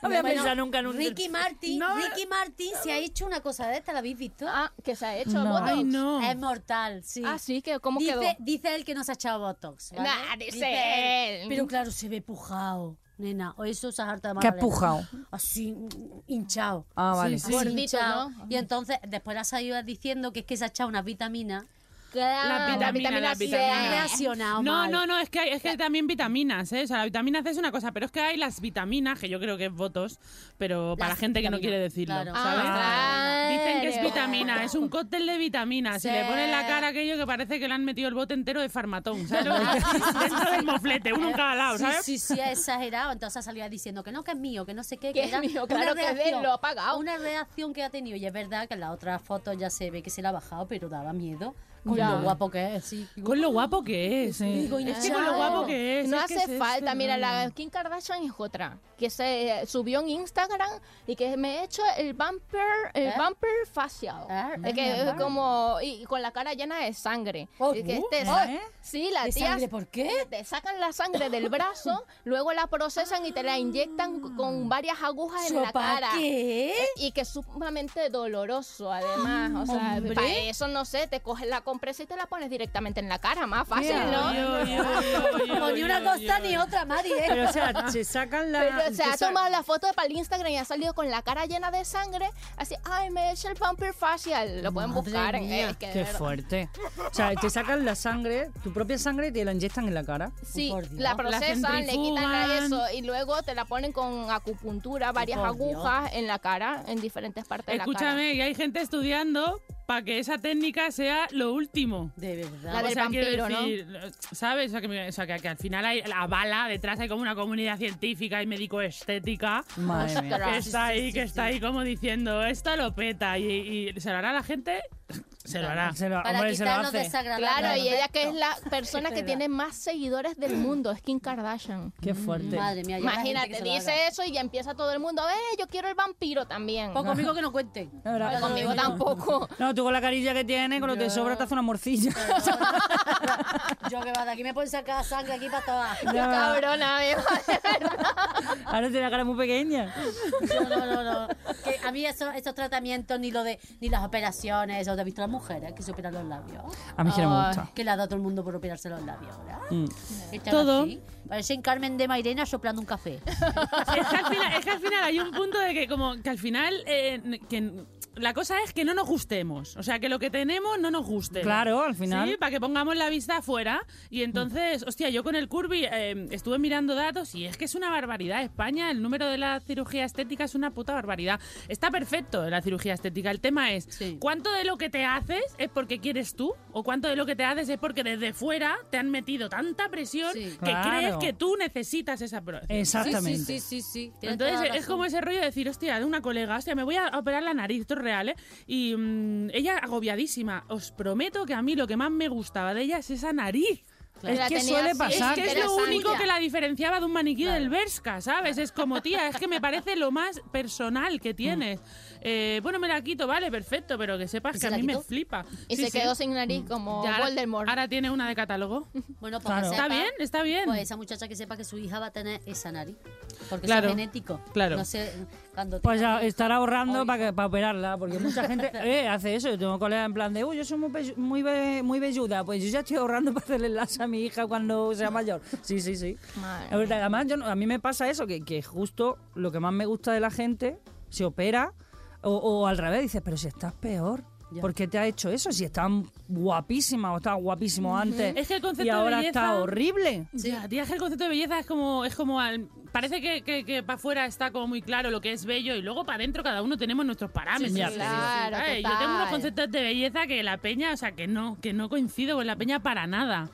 S2: No había
S3: Bueno,
S2: pensado nunca en un...
S3: Ricky Martin,
S5: No.
S3: Ricky Martin se ha hecho una cosa de esta, ¿la habéis visto?
S4: Ah, que se ha hecho
S2: No.
S4: Botox.
S5: Ay, no.
S4: Em,
S3: Es mortal, sí.
S4: Así que, ¿cómo
S3: dice,
S4: quedó?
S3: dice él que no se ha echado Botox. ¿vale?
S4: Nah, dice él.
S3: Pero claro, se ve pujado, nena. O eso es harta de mala
S2: ¿Qué
S3: leche.
S2: pujao?
S3: Así, mm, hinchado.
S2: Ah, vale.
S5: Sí, sí.
S3: Así,
S4: Gordito,
S3: hinchado.
S4: ¿no?
S3: Y entonces, después la salido diciendo que es que se ha echado unas vitaminas.
S4: Claro,
S5: La vitamina, la
S4: C.
S5: vitamina.
S3: Reaccionado
S5: No,
S3: mal.
S5: no, no, es que, hay, es que hay también vitaminas, ¿eh? O sea, la vitamina C es una cosa, pero es que hay las vitaminas, que yo creo que es votos, pero para
S3: Las
S5: la gente que no
S3: vitaminas,
S5: quiere decirlo,
S3: claro.
S5: ¿sabes?
S4: Ah,
S5: Dicen que es
S4: claro.
S5: vitamina, es un cóctel de vitaminas.
S3: Sí.
S5: Y le ponen la cara a aquello que parece que le han metido el bote entero de farmatón, ¿sabes? Dentro del moflete, uno en cada lado,
S3: Sí,
S5: ¿sabes?
S3: sí, sí, es exagerado. Entonces salía diciendo que no, que es mío, que no sé qué.
S4: Que es
S3: era
S4: mío,
S3: una
S4: claro que es de él,
S3: reacción-
S4: lo ha pagado.
S3: Una reacción que ha tenido. Y es verdad que en la otra foto ya se ve que se la ha bajado, pero daba miedo. Con
S4: Ya.
S3: lo guapo que es, sí.
S5: Con lo guapo que es, ¿eh?
S3: Digo,
S5: Es que con lo
S3: hinchado.
S5: guapo que es.
S4: Ah. No
S5: es que
S4: hace
S5: es
S4: falta.
S5: esto,
S4: Mira,
S5: ¿no?
S4: la Kim Kardashian es otra. Que se eh, subió en Instagram y que me he hecho el bumper, el
S3: ¿Eh?
S4: bumper facial.
S3: Ah,
S4: Es que
S3: ah,
S4: es
S3: vale.
S4: como. Y, y con la cara llena de sangre.
S3: Oh,
S4: Y que
S3: uh,
S4: te
S3: ¿eh?
S4: sa- Sí, la
S3: ¿De
S4: tía.
S3: sangre por qué?
S4: Te sacan la sangre del brazo, luego la procesan y te la inyectan con varias agujas en la
S3: ¿Sopa
S4: cara.
S3: Ah. qué?
S4: Y que es sumamente doloroso, además. O sea,
S3: Hombre.
S4: para eso, no sé, te coges la compresa y te la pones directamente en la cara. Más fácil, ¿no?
S5: Yo, yo, yo, yo,
S3: No, ni una
S5: yo,
S3: cosa
S5: yo.
S3: ni otra, ¿eh? más
S2: Pero,
S3: directa.
S2: o sea, se sacan la...
S4: Pero se ha
S2: sa-
S4: tomado la foto para el Instagram y ha salido con la cara llena de sangre. Así, ay, me he hecho el bumper facial. Lo pueden
S3: Madre
S4: buscar.
S3: mía,
S4: eh, es que de
S2: Qué
S4: verdad.
S2: fuerte. O sea, te sacan la sangre, tu propia sangre, y te la inyectan en la cara.
S4: Sí,
S3: Por Dios.
S4: la
S3: La
S4: procesan, le quitan la
S5: centrifugan.
S4: eso y luego te la ponen con acupuntura, varias
S3: Por Dios.
S4: agujas en la cara, en diferentes partes de la cara.
S5: Escúchame, que hay gente estudiando para que esa técnica sea lo último.
S3: De
S4: La
S3: verdad.
S4: del vampiro, ¿no?
S5: ¿sabes? O sea, que, me- o sea, que- que al final hay la bala, detrás hay como una comunidad científica y médico-estética
S2: Madre mía.
S4: Ostras.
S5: que está ahí, que está ahí como diciendo, esta lo peta y, y se lo hará a la gente Se lo hará.
S2: Se lo-
S6: Para
S2: hombre, se lo
S6: quitarnos
S2: hace.
S6: desagradables.
S4: Claro, y ella que es
S6: Perfecto.
S4: la persona que tiene más seguidores del mundo, es Kim Kardashian.
S2: Qué fuerte.
S3: Madre mía, ya la gente que
S4: Imagínate,
S3: se lo haga.
S4: dice eso y ya empieza todo el mundo, eh, yo quiero el vampiro también.
S3: Pues conmigo que no cuenten.
S2: La verdad.
S4: Conmigo tampoco.
S2: No, tú con la carilla que tienes, con lo que sobra te hace una morcilla.
S3: Yo que va de aquí me pueden sacar sangre aquí para todas.
S2: Ya.
S4: Cabrona, vieja.
S2: Ahora tiene la cara muy pequeña.
S3: No, no, no, no. Que a mí eso- esos tratamiamientos, ni lo de, ni las operaciones, eso te has visto las mujeres que se operan los labios.
S2: A mí sí no me
S4: Ay.
S2: gusta.
S3: Que le ha dado todo el mundo por operarse los labios ahora.
S5: Mm.
S3: Están
S5: Todo.
S3: así. Parecen Carmen de Mairena soplando un café.
S5: es, que al final, es que al final hay un punto de que como que al final eh, que la cosa es que no nos gustemos, o sea que lo que tenemos no nos guste.
S2: Claro, al final.
S5: Sí, para que pongamos la vista afuera. Y entonces, hostia, yo con el Curvy eh, estuve mirando datos y es que es una barbaridad. España, el número de la cirugía estética es una puta barbaridad. Está perfecto la cirugía estética. El tema es,
S3: Sí.
S5: ¿cuánto de lo que te haces es porque quieres tú? ¿O cuánto de lo que te haces es porque desde fuera te han metido tanta presión
S3: Sí.
S5: que
S2: Claro.
S5: crees que tú necesitas esa prueba?
S2: Exactamente.
S6: Sí, sí, sí, sí. sí.
S5: Entonces es como ese rollo de decir, hostia, de una colega, hostia, me voy a operar la nariz, esto es real, ¿eh? Y mm, ella agobiadísima. Os prometo que a mí lo que más me gustaba de ella es esa nariz.
S2: Es
S4: La
S2: que
S4: tenía
S2: suele
S4: así.
S2: pasar.
S5: es que
S6: Era
S5: es lo
S6: suya.
S5: único que la diferenciaba de un maniquí del Berska, ¿sabes? Es como, tía, es que me parece lo más personal que tienes. Eh, bueno, me la quito, vale, perfecto, pero que sepas
S3: Mm. ¿Y
S5: que
S3: se
S5: a
S3: la
S5: mí me
S3: quitó?
S5: flipa.
S4: Y
S5: Sí,
S4: se
S5: sí.
S4: quedó sin nariz como
S5: Y ahora-
S4: Voldemort.
S5: Ahora tiene una de catálogo.
S3: Bueno, pues
S2: Claro.
S3: que
S5: Está
S3: sepa-
S5: bien, está bien.
S3: Pues esa muchacha que sepa que su hija va a tener esa nariz. Porque eso
S5: Claro,
S3: es genético.
S5: claro.
S3: No sé, cuando
S2: Pues ya
S3: tengas-
S2: estar ahorrando para para operarla, porque mucha gente eh, hace eso. Yo tengo colegas en plan de, uy, yo soy muy, pe- muy, be- muy velluda, pues yo ya estoy ahorrando para hacerle enlace a mi hija cuando sea mayor. Sí, sí, sí.
S4: Madre
S2: La verdad, Además, yo no- a mí me pasa eso, que, que justo lo que más me gusta de la gente se opera, o, o al revés, dices, pero si estás peor.
S3: Ya.
S2: ¿Por qué te ha hecho eso? Si estás guapísima o estabas guapísimo antes
S5: Es que el concepto
S2: y
S5: de
S2: ahora está
S5: belleza-
S2: horrible.
S5: Ya, tía, es que el concepto de belleza es como, es como al- parece que, que, para afuera está como muy claro lo que es bello y luego para adentro cada uno tenemos nuestros parámetros.
S4: Sí, sí,
S5: ¿sabes?
S4: claro,
S5: Ay, yo
S4: total.
S5: tengo unos conceptos de belleza que la peña, o sea, que no, que no coincido con la peña para nada.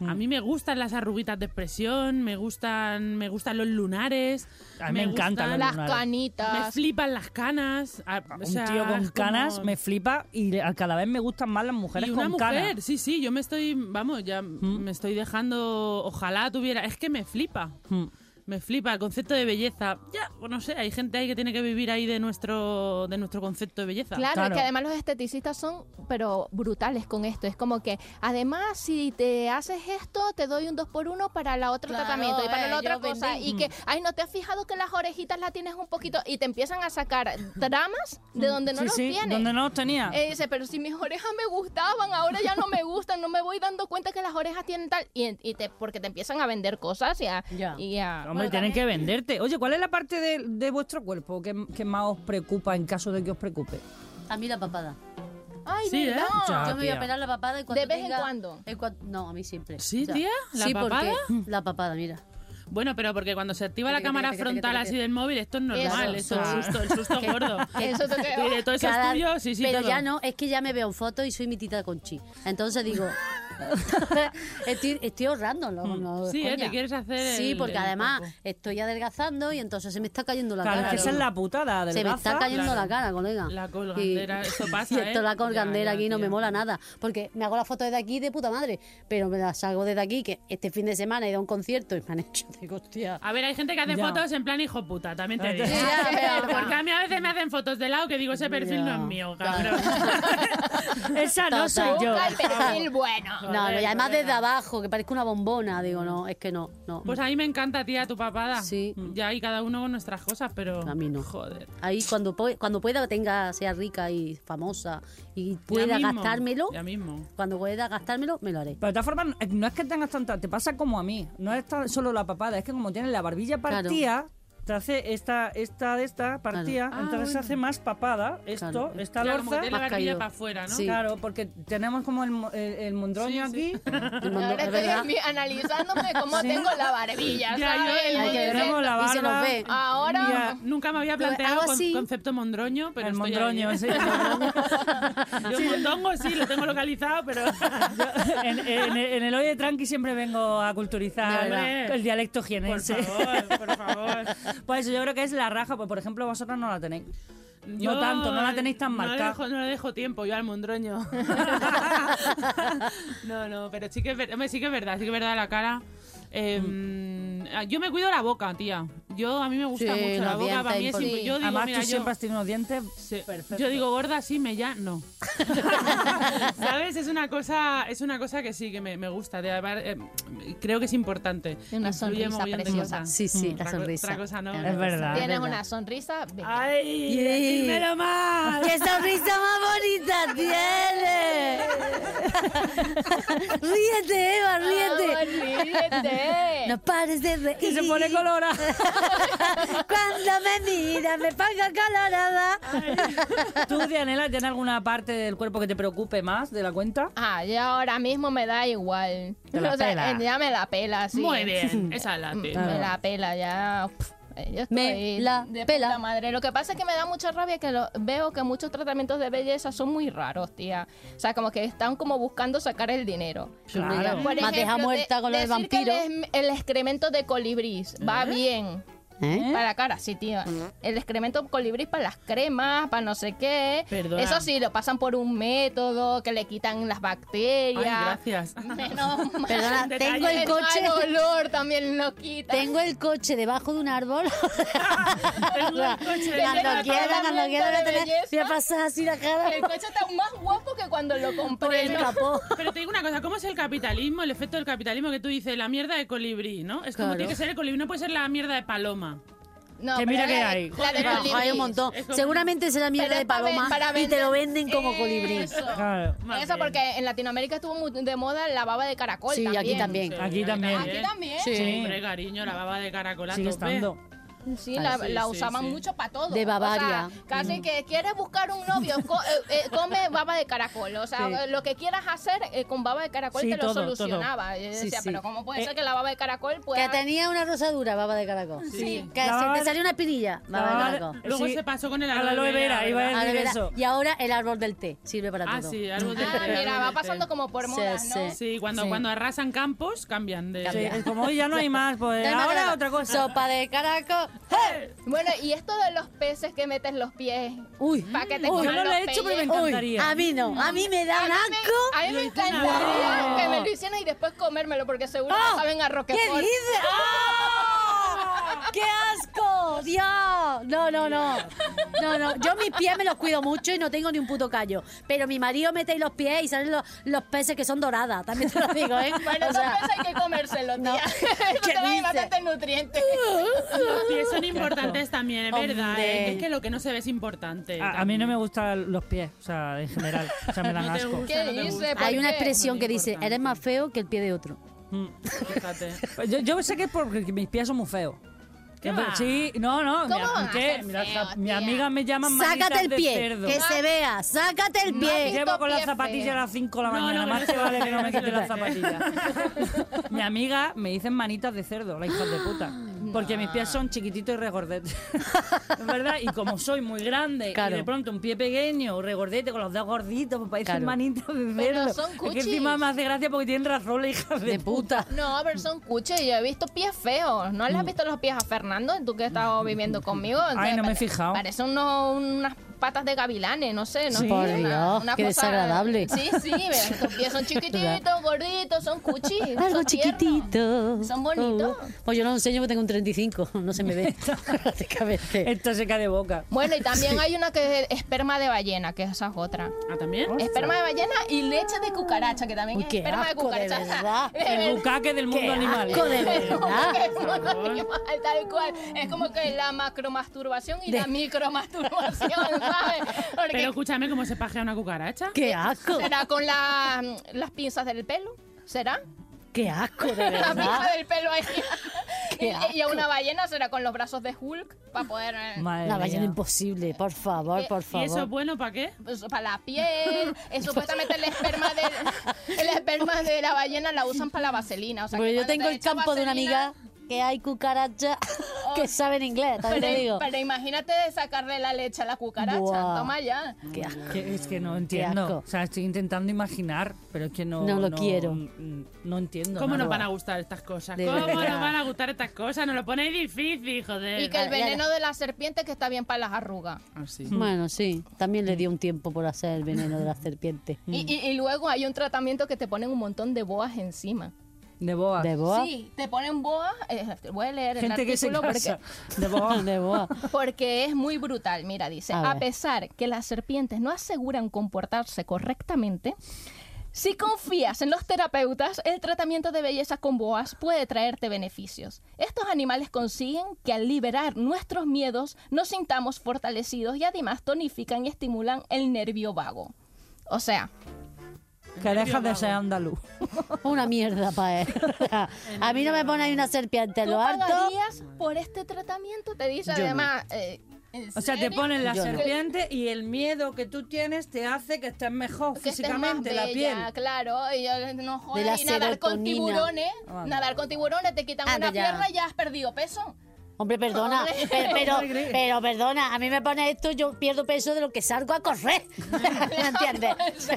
S2: Mm.
S5: A mí me gustan las arruguitas de expresión, me gustan, me gustan los lunares.
S2: A mí me encantan
S5: gustan-
S2: los
S4: Las
S2: lunares.
S5: Me
S4: canitas.
S5: flipan las canas. a- o sea,
S2: un tío
S5: es
S2: con
S5: como-
S2: canas me flipa y le- a- cada vez me gustan más las mujeres
S5: y una
S2: con
S5: mujer,
S2: canas.
S5: sí, sí, yo me estoy, vamos, ya me estoy dejando, ojalá tuviera, es que me flipa.
S2: Mm.
S5: Me flipa el concepto de belleza. Ya, pues no sé, hay gente ahí que tiene que vivir ahí de nuestro de nuestro concepto de belleza.
S4: Claro,
S2: Claro.
S4: es que además los esteticistas son, pero brutales con esto. Es como que, además, si te haces esto, te doy un 2 por 1 para la otra
S6: Claro,
S4: tratamiento y para
S6: eh,
S4: la otra
S6: yo
S4: cosa.
S6: vendí.
S4: Y que, ay, ¿no te has fijado que las orejitas las tienes un poquito? Y te empiezan a sacar dramas de donde no
S2: sí,
S4: los
S2: sí,
S4: tienes.
S2: donde no los tenía.
S4: Eh, dice, pero si mis orejas me gustaban, ahora ya no me gustan, no me voy dando cuenta que las orejas tienen tal. Y, y te, porque te empiezan a vender cosas y a.
S3: Ya.
S4: y a-
S2: Hombre, tienen que venderte. Oye, ¿cuál es la parte de, de vuestro cuerpo que, que más os preocupa en caso de que os preocupe?
S3: A mí la papada.
S4: Ay,
S5: Sí, ¿eh?
S4: ¿verdad?
S2: Ya,
S3: Yo me voy
S2: tía.
S3: a pelar la papada y cuando
S4: ¿De vez en
S3: tenga-
S4: cuando?
S3: en cuan- No, a mí siempre.
S5: Sí,
S3: O sea,
S5: tía, la
S3: sí,
S5: papada.
S3: porque la papada, mira.
S5: Bueno, pero porque cuando se activa la
S3: Teque,
S5: cámara
S3: teque, teque, teque,
S5: frontal
S3: teque.
S5: así del móvil, esto es normal,
S3: Eso,
S5: eso,
S3: claro.
S5: es el susto, el susto gordo.
S4: Eso te creo.
S5: Y de todo eso
S3: Cada-
S5: es tuyo, sí, sí,
S3: pero
S5: todo.
S3: ya no, es que ya me veo en fotos y soy mi tita Conchi. Entonces digo, estoy, estoy ahorrando. No, no es
S5: Sí, ¿eh?
S3: coña.
S5: te quieres hacer
S3: Sí,
S5: el-
S3: porque
S5: el
S3: además
S5: poco.
S3: estoy adelgazando y entonces se me está cayendo la
S2: Claro,
S3: cara.
S2: es que esa es la putada del
S3: Se me está cayendo
S5: Claro.
S3: la cara, colega.
S5: La colgandera, eso pasa,
S3: Y esto,
S5: ¿eh?
S3: la colgandera
S5: Ya, ya,
S3: aquí no
S5: tía.
S3: me mola nada. Porque me hago la foto desde aquí de puta madre. Pero me la salgo desde aquí, que este fin de semana he ido a un concierto y me han hecho. Digo, hostia.
S5: A ver, hay gente que hace
S2: Ya.
S5: fotos en plan hijo puta, también te digo.
S6: ya, pero-
S5: Porque a mí a veces me hacen fotos de lado que digo, ese perfil no es mío, cabrón.
S2: Esa no soy yo.
S4: Busca el perfil bueno.
S3: No, no, y además desde abajo, que parezco una bombona. Digo, no, es que no, no.
S5: Pues a mí me encanta, tía, tu papada.
S3: Sí.
S5: Ya, y cada uno con nuestras cosas, pero.
S3: A mí no.
S5: Joder.
S3: Ahí cuando, po- cuando pueda, tenga, sea rica y famosa y pueda
S5: Ya mismo,
S3: gastármelo,
S5: Ya mismo.
S3: cuando pueda gastármelo, me lo haré.
S2: Pero de todas formas, eh, no es que tengas tanta. Te pasa como a mí. No es tan solo la papada, es que como tienes la barbilla
S3: Claro.
S2: partida. Te hace esta, esta de esta partida,
S5: Ah,
S2: entonces se
S5: bueno.
S2: hace más papada esto,
S3: Claro.
S2: esta
S5: Claro, como que
S2: lorza.
S5: tiene la
S3: Más
S5: barbilla
S3: caído.
S5: para afuera, ¿no?
S3: Sí.
S2: Claro, porque tenemos como el, mo- el, el mondroño aquí.
S3: Y
S4: Ahora
S3: cuando- es
S4: estoy
S3: verdad.
S4: mi- analizándome cómo tengo la barbilla,
S5: Ya, yo-
S4: ¿sabes?
S5: Ay,
S4: Yo
S5: que
S4: decía,
S2: tenemos la barba.
S3: Y se nos ve.
S4: Ahora
S2: Ya,
S5: Nunca me había
S3: Lo hago
S5: planteado con,
S3: Pues así.
S5: concepto mondroño, pero.
S2: el
S5: estoy
S2: mondroño,
S5: ahí.
S2: sí.
S5: Yo mondongo sí, lo tengo localizado, pero.
S2: en, en- en el Oye Tranqui siempre vengo a culturizar
S5: De verdad.
S2: el dialecto
S5: por
S2: jienense.
S5: favor, por favor.
S2: Pues eso yo creo que es la raja, pues por ejemplo vosotros no la tenéis.
S5: yo-
S2: tanto, no la tenéis tan
S5: no le
S2: marcada.
S5: dejo- No le dejo tiempo, yo al mondroño. no, no, pero sí que, es ver- hombre, sí que es verdad, sí que es verdad la cara. Eh, mm, Yo me cuido la boca, tía. Yo a mí me gusta
S3: Sí,
S5: mucho la
S3: los
S5: boca. Para
S3: dientes
S5: mí
S3: importantes.
S5: es imp- yo digo,
S2: Además,
S5: mira,
S2: tú
S5: yo-
S2: siempre has tenido unos dientes
S5: Sí.
S2: perfectos.
S5: Yo digo gorda sí, me ya no. ¿Sabes? Es una cosa, es una cosa que sí, que me, me gusta. De, haber- eh, creo que es importante.
S4: Y una
S5: Influye
S4: sonrisa
S5: mogollón de
S4: preciosa.
S5: cosas.
S3: Sí, sí,
S5: Mm.
S3: la
S5: Otra co-
S3: sonrisa.
S5: otra cosa no.
S3: Es
S2: Es verdad.
S4: Tienes
S3: verdad.
S4: una sonrisa. bella.
S5: Ah, ¡Ay!
S3: Yeah.
S5: ¡Dímelo más!
S3: ¡Qué sonrisa más bonita tiene! ríete, Eva,
S4: Ah,
S3: ríete.
S4: ríete.
S3: No pares de reír.
S2: Que se pone colorada.
S3: Cuando me mira, me pongo colorada.
S2: ¿Tú, Dianela, tienes alguna parte del cuerpo que te preocupe más de la cuenta?
S4: Ah, yo ahora mismo me da igual.
S2: Te la
S4: O sea,
S2: pela.
S4: eh, ya me la pela, sí.
S5: Muy bien, esa la
S4: Mm,
S5: tengo.
S4: Me la pela, ya. pf, eh, Yo estoy
S3: Me la
S4: de
S3: pela.
S4: puta madre. Lo que pasa es que me da mucha rabia que lo- veo que muchos tratamientos de belleza son muy raros, tía. O sea, como que están como buscando sacar el dinero.
S2: Claro.
S4: Por
S3: Más deja
S4: ejemplo,
S3: muerta
S4: de-
S3: con lo del
S4: decir que
S3: vampiro.
S4: El, el excremento de colibrís va bien.
S3: ¿Eh?
S4: Para la cara, sí, tía. El excremento colibrí para las cremas, para no sé qué.
S5: Perdona.
S4: Eso sí, lo pasan por un método, que le quitan las
S5: Ay,
S4: bacterias.
S5: gracias.
S4: Menos mal.
S3: Perdona,
S5: Detalle.
S3: tengo el
S4: El
S3: coche.
S4: mal olor también lo quitan.
S3: Tengo el coche debajo de un árbol.
S5: coche
S3: cuando
S4: debajo de
S3: quiera,
S4: un
S3: cuando
S4: árbol
S3: quiera voy a
S4: de
S3: tener.
S4: belleza.
S3: Voy a pasar así la cara
S4: El coche está más guapo que cuando lo
S3: por
S4: compré.
S3: el capó.
S5: Pero te digo una cosa, ¿cómo es el capitalismo, el efecto del capitalismo que tú dices, la mierda de colibrí, ¿no? Es como
S3: Claro.
S5: tiene que ser el colibrí, no puede ser la mierda de paloma.
S4: No,
S2: Que
S4: pero
S2: mira que
S4: la-
S2: hay.
S4: la de
S5: Joder,
S4: colibrí.
S3: Hay un montón.
S5: Es como-
S3: Seguramente será mierda
S4: Pero
S3: de
S4: pa-
S3: paloma
S4: para
S3: y te lo
S4: vender-
S3: venden como colibrí.
S4: Eso.
S2: Claro.
S5: Más
S4: Eso
S5: bien.
S4: porque en Latinoamérica estuvo muy de moda la baba de caracol.
S3: Sí, aquí también.
S5: Sí,
S2: Aquí también.
S4: Aquí también.
S3: Sí.
S5: Hombre, cariño, la baba de caracol. a
S2: Sigue
S5: tope.
S2: estando.
S4: Sí, la,
S5: sí,
S4: la
S5: sí,
S4: usaban
S5: sí.
S4: mucho para todo.
S3: De Bavaria. Mm.
S4: O sea, casi que quieres buscar un novio, co- eh, eh, come baba de caracol. O sea,
S2: Sí.
S4: lo que quieras hacer eh, con baba de caracol
S2: Sí,
S4: te
S2: todo,
S4: lo solucionaba. Yo
S3: Sí,
S4: decía,
S3: sí.
S4: pero ¿cómo puede
S2: Eh,
S4: ser que la baba de caracol
S3: Que
S4: pueda...?
S3: tenía una rosadura, baba de caracol.
S5: Sí.
S3: Que
S2: La
S3: se
S2: baba
S3: te
S2: de-
S3: salió una espinilla, baba de
S2: La-
S3: caracol.
S5: Luego
S2: sí.
S5: se pasó con el
S2: A la aloe vera, iba a
S5: ¿verdad?
S3: Ahora
S2: decir
S3: verá-
S2: eso.
S3: Y ahora el árbol del té sirve para
S5: Ah,
S3: todo. Mm.
S5: sí, árbol de
S4: Ah,
S5: té,
S4: mira, va
S5: árbol de
S4: pasando
S5: té.
S4: como por modas,
S3: Sí,
S4: ¿no?
S3: sí.
S5: Sí, cuando,
S3: Sí.
S5: cuando arrasan campos, cambian de...
S2: Sí, es como hoy ya no hay más, pues
S3: No hay más
S2: ahora
S3: nada.
S2: otra cosa.
S3: Sopa de caracol.
S4: Bueno, y esto de los peces que metes los pies
S3: Uy.
S4: para que te
S2: Uy, yo
S4: coman
S2: no lo
S4: los
S2: he hecho, pero me
S4: pellejos.
S3: Uy,
S2: encantaría.
S3: a mí no, a mí me da
S4: A mí me-
S3: blanco.
S4: A mí me encantaría que me lo hicieran y después comérmelo, porque seguro
S3: ¡Ah!
S4: que saben a
S3: ¿Qué
S4: Roquefort.
S3: dices? ¡Ah! ¡Qué asco! ¡Dios! No, no, no. No, no. Yo mis pies me los cuido mucho y no tengo ni un puto callo. Pero mi marido mete ahí los pies y salen los, los peces que son doradas. También te lo digo, ¿eh?
S4: Bueno,
S3: O
S4: entonces
S3: sea,
S4: hay que comérselo,
S3: No.
S4: tía. No
S3: ¿Qué
S4: te van a
S3: dices?
S4: bastante nutrientes.
S5: Los pies son importantes también, es verdad.
S3: Hombre.
S5: ¿eh? Es que lo que no se ve es importante.
S2: A, a mí no me gustan los pies, o sea, en general. O sea, me dan
S5: No te
S2: asco.
S5: gusta.
S4: ¿Qué
S5: no te
S4: dice?
S5: gusta.
S4: ¿Por
S3: hay una
S4: qué?
S3: expresión
S5: No
S3: que
S5: te
S3: dice,
S5: importa.
S3: eres más feo que el pie de otro.
S2: Mm.
S5: Fíjate.
S2: Yo, yo sé que es porque mis pies son muy feos.
S5: ¿Qué
S2: Siempre-
S5: va?
S2: Sí, no, no.
S4: ¿Cómo
S2: mi-
S4: van a
S2: ¿qué?
S4: ser
S2: Mira,
S4: feos,
S2: ja- mi
S4: tía?
S2: amiga me llama
S3: Sácate
S2: manitas
S3: el
S2: de
S3: pie,
S2: cerdo.
S3: que se vea, sácate el pie.
S2: Llevo
S4: Maldito
S2: con la
S4: pie
S2: zapatilla
S4: feo.
S2: a las 5 de la
S5: No, no,
S2: mañana,
S5: pero
S2: más
S5: eso
S2: te vale que no me
S5: es
S2: quite la
S5: verdad.
S2: zapatilla. Mi amiga me dicen manitas de cerdo, la hija de puta. Porque mis pies son chiquititos y regordetes. Es verdad, y como soy muy grande
S3: Claro.
S2: y de pronto un pie pequeño, regordete, con los dedos gorditos, pues parecen
S3: Claro.
S2: manitas de cerdo.
S4: Pero son
S2: Es
S4: cuchis.
S2: que encima me hace gracia porque tienen razón la hija de,
S3: De puta.
S4: No, pero son cuches. Yo he visto pies feos. ¿No
S3: Mm.
S4: le has visto los pies a Fernando? Tú que has estado viviendo conmigo. Entonces,
S2: no me he
S4: pare-
S2: fijado.
S4: Parecen unos- unas patas de gavilanes, no sé. No
S2: Sí.
S4: sé,
S2: Por
S3: Dios, qué desagradable.
S4: Sí, sí. pero Estos pies son chiquititos, gorditos, son cuchis.
S3: Algo
S4: son tiernos.
S3: chiquitito.
S4: Son bonitos.
S3: Oh. Pues yo no enseño que tengo un 35, no se me ve. Prácticamente.
S2: Esto se cae de boca.
S4: Bueno, y también hay una que es esperma de ballena, que esa es otra.
S5: Ah, también.
S4: Esperma de ballena y leche de cucaracha, que también
S3: Uy,
S4: es
S3: qué
S4: esperma de
S3: asco, de
S4: cucaracha. O sea,
S3: verdad.
S4: de
S2: El
S4: verdad.
S2: bucaque del mundo animal.
S3: asco de
S4: Como que
S3: verdad.
S4: es un animal, tal cual. Es como que la macromasturbación y la micromasturbación, ¿sabes? Porque
S5: Pero escúchame cómo se pajea una cucaracha.
S3: Qué asco.
S4: será con la- las pinzas del pelo, ¿será?
S3: Qué asco, de
S4: La pinza
S3: verdad.
S4: del pelo ahí.
S3: Qué
S4: Y, y a una ballena será con los brazos de Hulk para poder... eh,
S2: Madre
S3: La ballena
S2: mía.
S3: imposible, por favor, por
S5: ¿Y eso es
S3: favor.
S5: bueno para qué?
S4: pues, para la piel, eh, supuestamente el esperma del el esperma de la ballena la usan para la vaselina, o sea,
S3: Porque
S4: que
S3: yo
S4: cuando
S3: tengo
S4: te
S3: el
S4: echas
S3: campo de una
S4: vaselina-
S3: amiga que hay cucaracha. que saben inglés, también te
S4: Pero,
S3: digo.
S4: pero imagínate sacarle la leche a la cucaracha.
S3: Buah.
S4: Toma ya.
S3: Qué asco.
S2: Que es que no entiendo.
S3: asco.
S2: O sea, estoy intentando imaginar, pero es que no.
S3: No lo quiero.
S2: mm, No entiendo.
S5: ¿Cómo nos
S2: nada.
S5: van a gustar estas cosas?
S3: De
S5: ¿Cómo
S3: verdad.
S5: nos van a gustar estas cosas? Nos lo ponéis difícil, joder. Ah,
S4: Y que el
S3: ya, ya.
S4: veneno de la serpiente que está bien para las arrugas.
S5: Así.
S3: Bueno, sí, también le dio un tiempo por hacer el veneno de la serpiente.
S2: Mm.
S4: Y, y- y luego hay un tratamiento que te ponen un montón de boas encima.
S2: De boa.
S3: De boa.
S4: Sí, te ponen boas. eh, voy a leer
S2: Gente
S4: el
S2: que se
S4: artículo
S2: casa.
S4: porque,
S2: De boa.
S3: De boa.
S4: porque es muy brutal. Mira, dice,
S3: A
S4: a,
S3: ver.
S4: pesar que las serpientes no aseguran comportarse correctamente, si confías en los terapeutas, el tratamiento de belleza con boas puede traerte beneficios. Estos animales consiguen que al liberar nuestros miedos nos sintamos fortalecidos y además tonifican y estimulan el nervio vago. O sea,
S2: Que dejas de ser andaluz.
S3: Una mierda para él. A mí no me pone ahí una serpiente en
S4: ¿Tú
S3: lo alto.
S4: pagarías por este tratamiento? Te dice
S2: Yo no.
S4: además. eh, ¿en
S2: O sea, te
S4: serio?
S2: ponen la
S3: Yo no.
S2: serpiente y el miedo que tú tienes te hace que estés mejor
S4: Que estés más
S2: físicamente, la piel.
S4: bella, Claro, y, yo, no jodas,
S3: la
S4: y nadar con
S3: serotonina.
S4: tiburones.
S2: Anda.
S4: Nadar con tiburones, te quitan
S3: Anda
S4: una
S3: ya.
S4: pierna y ya has perdido peso.
S3: Hombre, perdona,
S4: Hombre.
S3: per- pero,
S2: Hombre.
S3: pero perdona, a mí me pone esto, yo pierdo peso de lo que salgo a correr. ¿Me entiendes?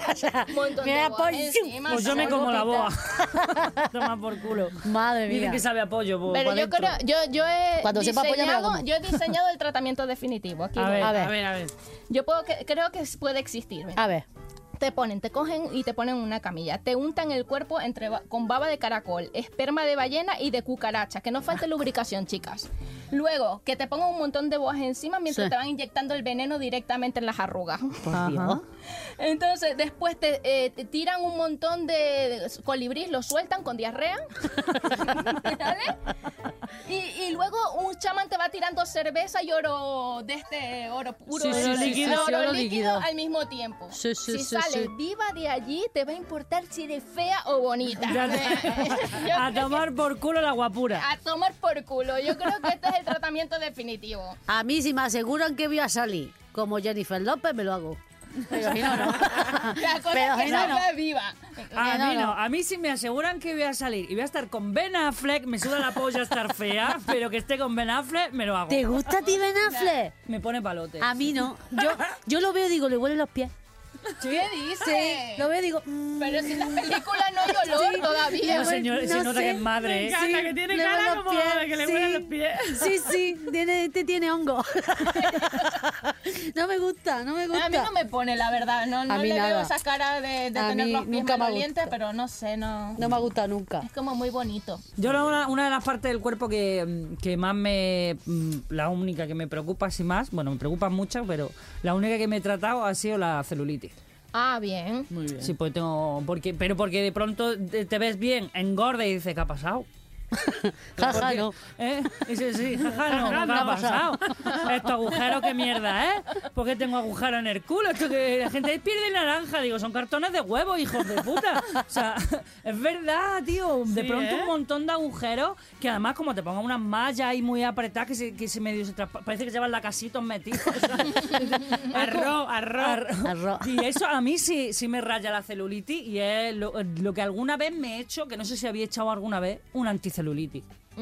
S3: O sea,
S4: Montón de
S3: me da
S4: boas
S3: por-
S4: encima,
S2: Pues yo me
S4: salgo
S2: como la boa.
S4: pita.
S2: Toma por culo.
S3: Madre
S2: Dicen
S3: mía.
S2: que sabe apoyo. Pues,
S4: Pero
S2: pa'
S4: yo
S2: dentro.
S4: creo, yo, yo he
S3: Cuando sepa apoyo, me la
S4: diseñado,
S3: como.
S4: yo he diseñado el tratamiento definitivo. Aquí
S2: A
S4: voy.
S2: ver,
S3: A ver.
S5: A ver, a ver.
S4: yo puedo, que- creo que puede existir. mira.
S3: A ver,
S4: Te ponen, te cogen y te ponen en una camilla. Te untan el cuerpo entre ba- con baba de caracol, esperma de ballena y de cucaracha. Que no falte lubricación, chicas. Luego, que te pongan un montón de boas encima mientras
S3: Sí.
S4: te van inyectando el veneno directamente en las arrugas.
S3: por
S2: Ajá.
S3: Dios.
S4: Entonces, después te, eh, te tiran un montón de colibrís, los sueltan con diarrea. ¿Vale? Y, y luego un chamán te va tirando cerveza y oro de este oro puro,
S5: Sí, sí,
S4: oro
S5: sí,
S4: líquido,
S5: sí, sí,
S4: oro
S5: oro
S4: líquido
S3: líquido.
S4: al mismo tiempo.
S3: Sí, sí,
S4: si
S3: sí,
S4: sales
S3: sí.
S4: viva de allí, te va a importar si eres fea o bonita.
S2: Ya
S4: Yo-
S2: te- Ah. a tomar por culo la guapura.
S4: a tomar por culo. Yo creo que este es el tratamiento definitivo.
S3: A mí si me aseguran que voy a salir como Jennifer López, me lo hago. Pero si no, no.
S4: La cosa
S3: Pero
S4: es que
S3: si no, no.
S4: salga viva.
S2: A
S3: no,
S2: mí no,
S3: no.
S2: Ah, a mí si me aseguran que voy a salir y voy a estar con Ben Affleck, me suda la polla estar fea, pero que esté con Ben Affleck, me lo hago.
S3: ¿Te gusta a ti Ben Affleck?
S2: Me pone palote.
S3: A mí no. Yo, yo lo veo y digo, le huelen los pies.
S4: ¿Qué dices?
S3: Lo veo y digo, mm,
S4: Pero si en las películas no hay olor todavía.
S2: No, señor,
S3: no
S2: se nota
S3: sé.
S2: que es madre.
S5: Me
S2: ¿eh?
S5: encanta, que tiene
S3: le
S5: cara
S3: huelen los
S5: como
S3: pies,
S5: de que le
S3: sí.
S5: huelen los pies.
S3: Sí, sí, tiene, este tiene hongo. No me gusta, no me gusta.
S4: A mí no me pone, la verdad. No, no
S3: A mí
S4: le veo
S3: nada.
S4: esa cara de, de
S3: A
S4: tener
S3: mí
S4: los pies
S3: nunca me ha
S4: malolientes,
S3: gustado.
S4: pero no sé, no.
S3: No me ha gustado nunca.
S4: Es como muy bonito.
S2: Yo la- una, una de las partes del cuerpo que, mm, que más me... mm, La única que me preocupa así más, bueno, me preocupan muchas, pero la única que me he tratado ha sido la celulitis.
S4: Ah, bien.
S5: Muy bien.
S2: Sí, pues tengo... Porque, pero porque de pronto te te ves bien, engorda y dices, ¿qué ha pasado?
S4: Pues
S3: Ja,
S2: ¿Por
S3: ja,
S2: qué?
S3: no.
S2: ¿Eh? Y sí, sí, jaja, no, ¿qué ha pasado? Estos agujeros, qué mierda, ¿eh? ¿Por qué tengo agujeros en el culo? Esto que la gente pierde naranja. Digo, son cartones de huevo, hijos de puta. O sea, es verdad, tío. De
S5: Sí,
S2: pronto
S5: ¿eh?
S2: un montón de agujeros que además como te pongan unas mallas ahí muy apretadas que se, que se medio se traspa- Parece que llevan la casitos metidos. o sea,
S5: Arroz, arroz.
S2: Arro-
S3: Arroz.
S2: Y eso a mí sí, sí me raya la celulitis y es lo, lo que alguna vez me he hecho, que no sé si había echado alguna vez, una anticelulitis.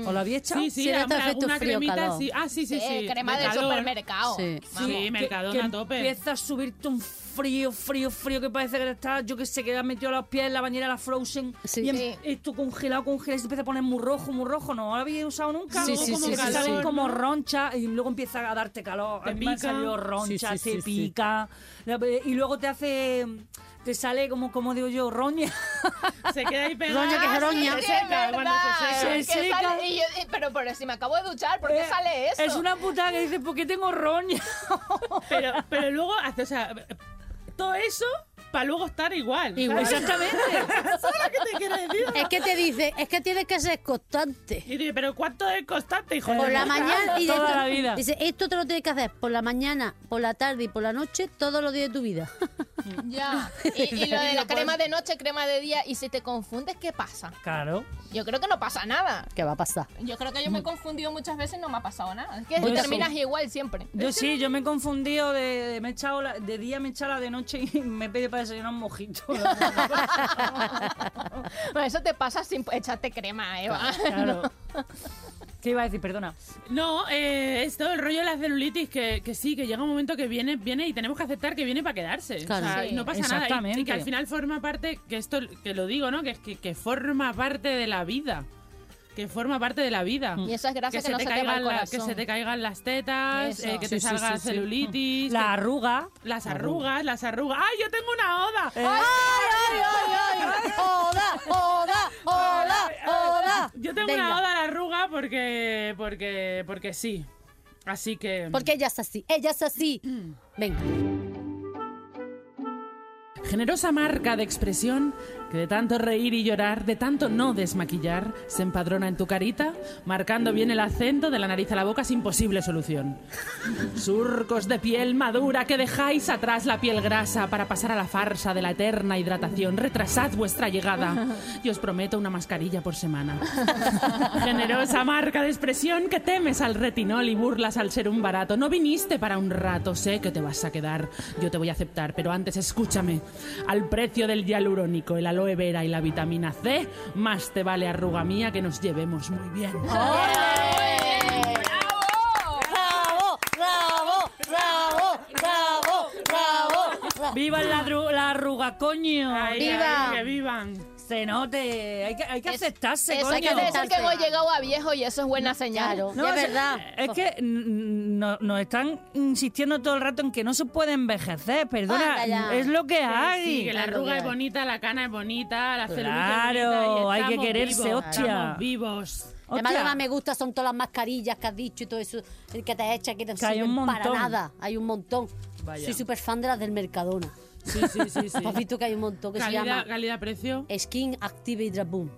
S2: ¿O la había echado?
S5: Sí, sí,
S3: Sí, de
S5: hombre,
S3: estos efectos
S5: alguna
S3: frío,
S5: cremita,
S3: calor.
S5: sí. Ah, sí, sí, sí.
S4: Eh, crema del
S5: calor.
S4: supermercado.
S3: Sí.
S4: Vamos.
S5: Sí, Mercadona a tope.
S2: Empieza a subirte un frío, frío, frío que parece que te está, yo que sé, que le has metido los pies en la bañera, la frozen.
S3: Sí.
S2: y em-
S4: Sí.
S2: esto congelado, congelado, y se empieza a poner muy rojo, muy rojo. No lo había usado nunca.
S5: Sí,
S2: Luego
S5: sí,
S2: como
S5: sí,
S2: que
S5: sí,
S2: salen
S5: sí.
S2: como roncha y luego empieza a darte calor.
S5: Te
S2: Te pica.
S5: pica.
S2: roncha,
S3: Sí, sí,
S2: te
S3: sí, sí.
S2: pica. La- Y luego te hace. Te sale como, como digo yo, roña.
S5: Se queda ahí pegada.
S3: Roña que
S5: Ah, sí,
S3: roña.
S5: Se
S4: Sí, es
S5: seca, cuando se
S4: verdad,
S5: seca.
S2: Se
S4: que sale-
S2: seca.
S4: y yo- y- pero, pero si me acabo de duchar, ¿por qué
S2: Eh,
S4: sale eso?
S2: Es una putada que dices, ¿por qué tengo roña?
S5: Pero, pero luego, hace- o sea, todo eso para luego estar igual.
S3: Igual.
S5: ¿sabes?
S2: Exactamente.
S5: ¿Sabes lo que te quiero decir?
S3: Es que te dice, es que tienes que ser constante.
S5: Y digo, pero ¿cuánto es constante, hijo? de
S3: Por la
S5: puta?
S3: mañana y
S2: Toda
S3: dentro-
S2: la vida.
S3: Dice, esto te lo tienes que hacer por la mañana, por la tarde y por la noche, todos los días de tu vida.
S4: Ya. Y, y lo de la crema de noche, crema de día. Y si te confundes, ¿qué pasa?
S2: Claro.
S4: Yo creo que no pasa nada.
S3: ¿Qué va a pasar?
S4: Yo creo que yo me he confundido muchas veces y no me ha pasado nada. Es que
S2: Yo
S4: terminas igual siempre.
S2: Yo sí, yo me he confundido de, de- me he echado la- de día me he echado la de noche y me he pedido para desayunar un mojito.
S4: Bueno, eso te pasa sin echarte crema, Eva.
S2: Claro.
S6: ¿Qué iba a decir? Perdona.
S5: No, eh, es todo el rollo de la celulitis que, que sí, que llega un momento que viene, viene y tenemos que aceptar que viene para quedarse. O
S3: Claro.
S5: sea,
S4: Sí,
S5: y no pasa nada. Y- Y,
S6: exactamente.
S5: que al final forma parte, que esto que lo digo, ¿no? Que es que, que forma parte de la vida. Que forma parte de la vida.
S4: Y eso es gracia
S5: Que,
S4: que,
S5: se
S4: no
S5: te
S4: se te va
S5: caigan
S4: el
S5: la-
S4: corazón.
S5: que se te caigan las tetas,
S4: Eso.
S5: eh, que
S6: Sí,
S5: te
S6: sí,
S5: salga
S6: sí, sí.
S5: celulitis,
S6: La
S5: que-
S6: arruga.
S5: las arrugas, las arrugas. ¡Ay, yo tengo una oda!
S4: Eh,
S3: ¡Ay, ay, ay! ¡Oda, oda, oda, oda!
S5: Eh, Yo tengo
S3: Venga,
S5: una oda a la arruga porque, porque, porque sí. Así que...
S3: Porque ella es así, ella es así.
S5: Mm.
S3: Venga.
S5: Generosa marca de expresión que de tanto reír y llorar, de tanto no desmaquillar, se empadrona en tu carita, marcando bien el acento de la nariz a la boca sin posible solución. Surcos de piel madura que dejáis atrás la piel grasa para pasar a la farsa de la eterna hidratación. Retrasad vuestra llegada y os prometo una mascarilla por semana. Generosa marca de expresión que temes al retinol y burlas al ser un barato. No viniste para un rato, sé que te vas a quedar. Yo te voy a aceptar, pero antes escúchame. Al precio del hialurónico, el aloe vera y la vitamina C, más te vale arruga mía que nos llevemos muy bien.
S3: ¡Bravo, bravo, bravo, bravo, bravo! bravo.
S6: ¡Viva la, dru- la arruga, coño!
S5: Ay,
S3: ¡Viva!
S5: ay, ¡Que vivan!
S6: Se note. Hay que, hay que
S4: Es-
S6: aceptarse,
S4: Eso hay que
S6: coño.
S4: decir que hemos llegado a viejo y eso es buena señal.
S3: Claro,
S6: No,
S3: es
S6: o sea,
S3: verdad.
S6: Es que mm, no- nos están insistiendo todo el rato en que no se puede envejecer,
S3: Anda ya.
S6: perdona, es lo que hay.
S5: Sí, que la
S3: Claro
S5: arruga
S3: que
S5: es
S3: hay.
S5: bonita, la cana es bonita, la celulitis
S6: Claro,
S5: es bonita y
S6: hay que
S5: estamos
S6: quererse,
S5: vivos,
S6: hostia.
S5: estamos vivos.
S6: Hostia,
S3: Además, lo que más me gusta son todas las mascarillas que has dicho y todo eso el que te has hecho que no
S6: Que hay
S3: sirven
S6: un
S3: para
S6: montón.
S3: nada. Hay un montón.
S5: Vaya.
S3: Soy súper fan de las del Mercadona.
S5: Sí, sí, sí, sí.
S3: ¿Has visto que hay un montón que se
S5: calidad,
S3: llama
S5: calidad, precio.
S3: Skin Active Hydra Boom?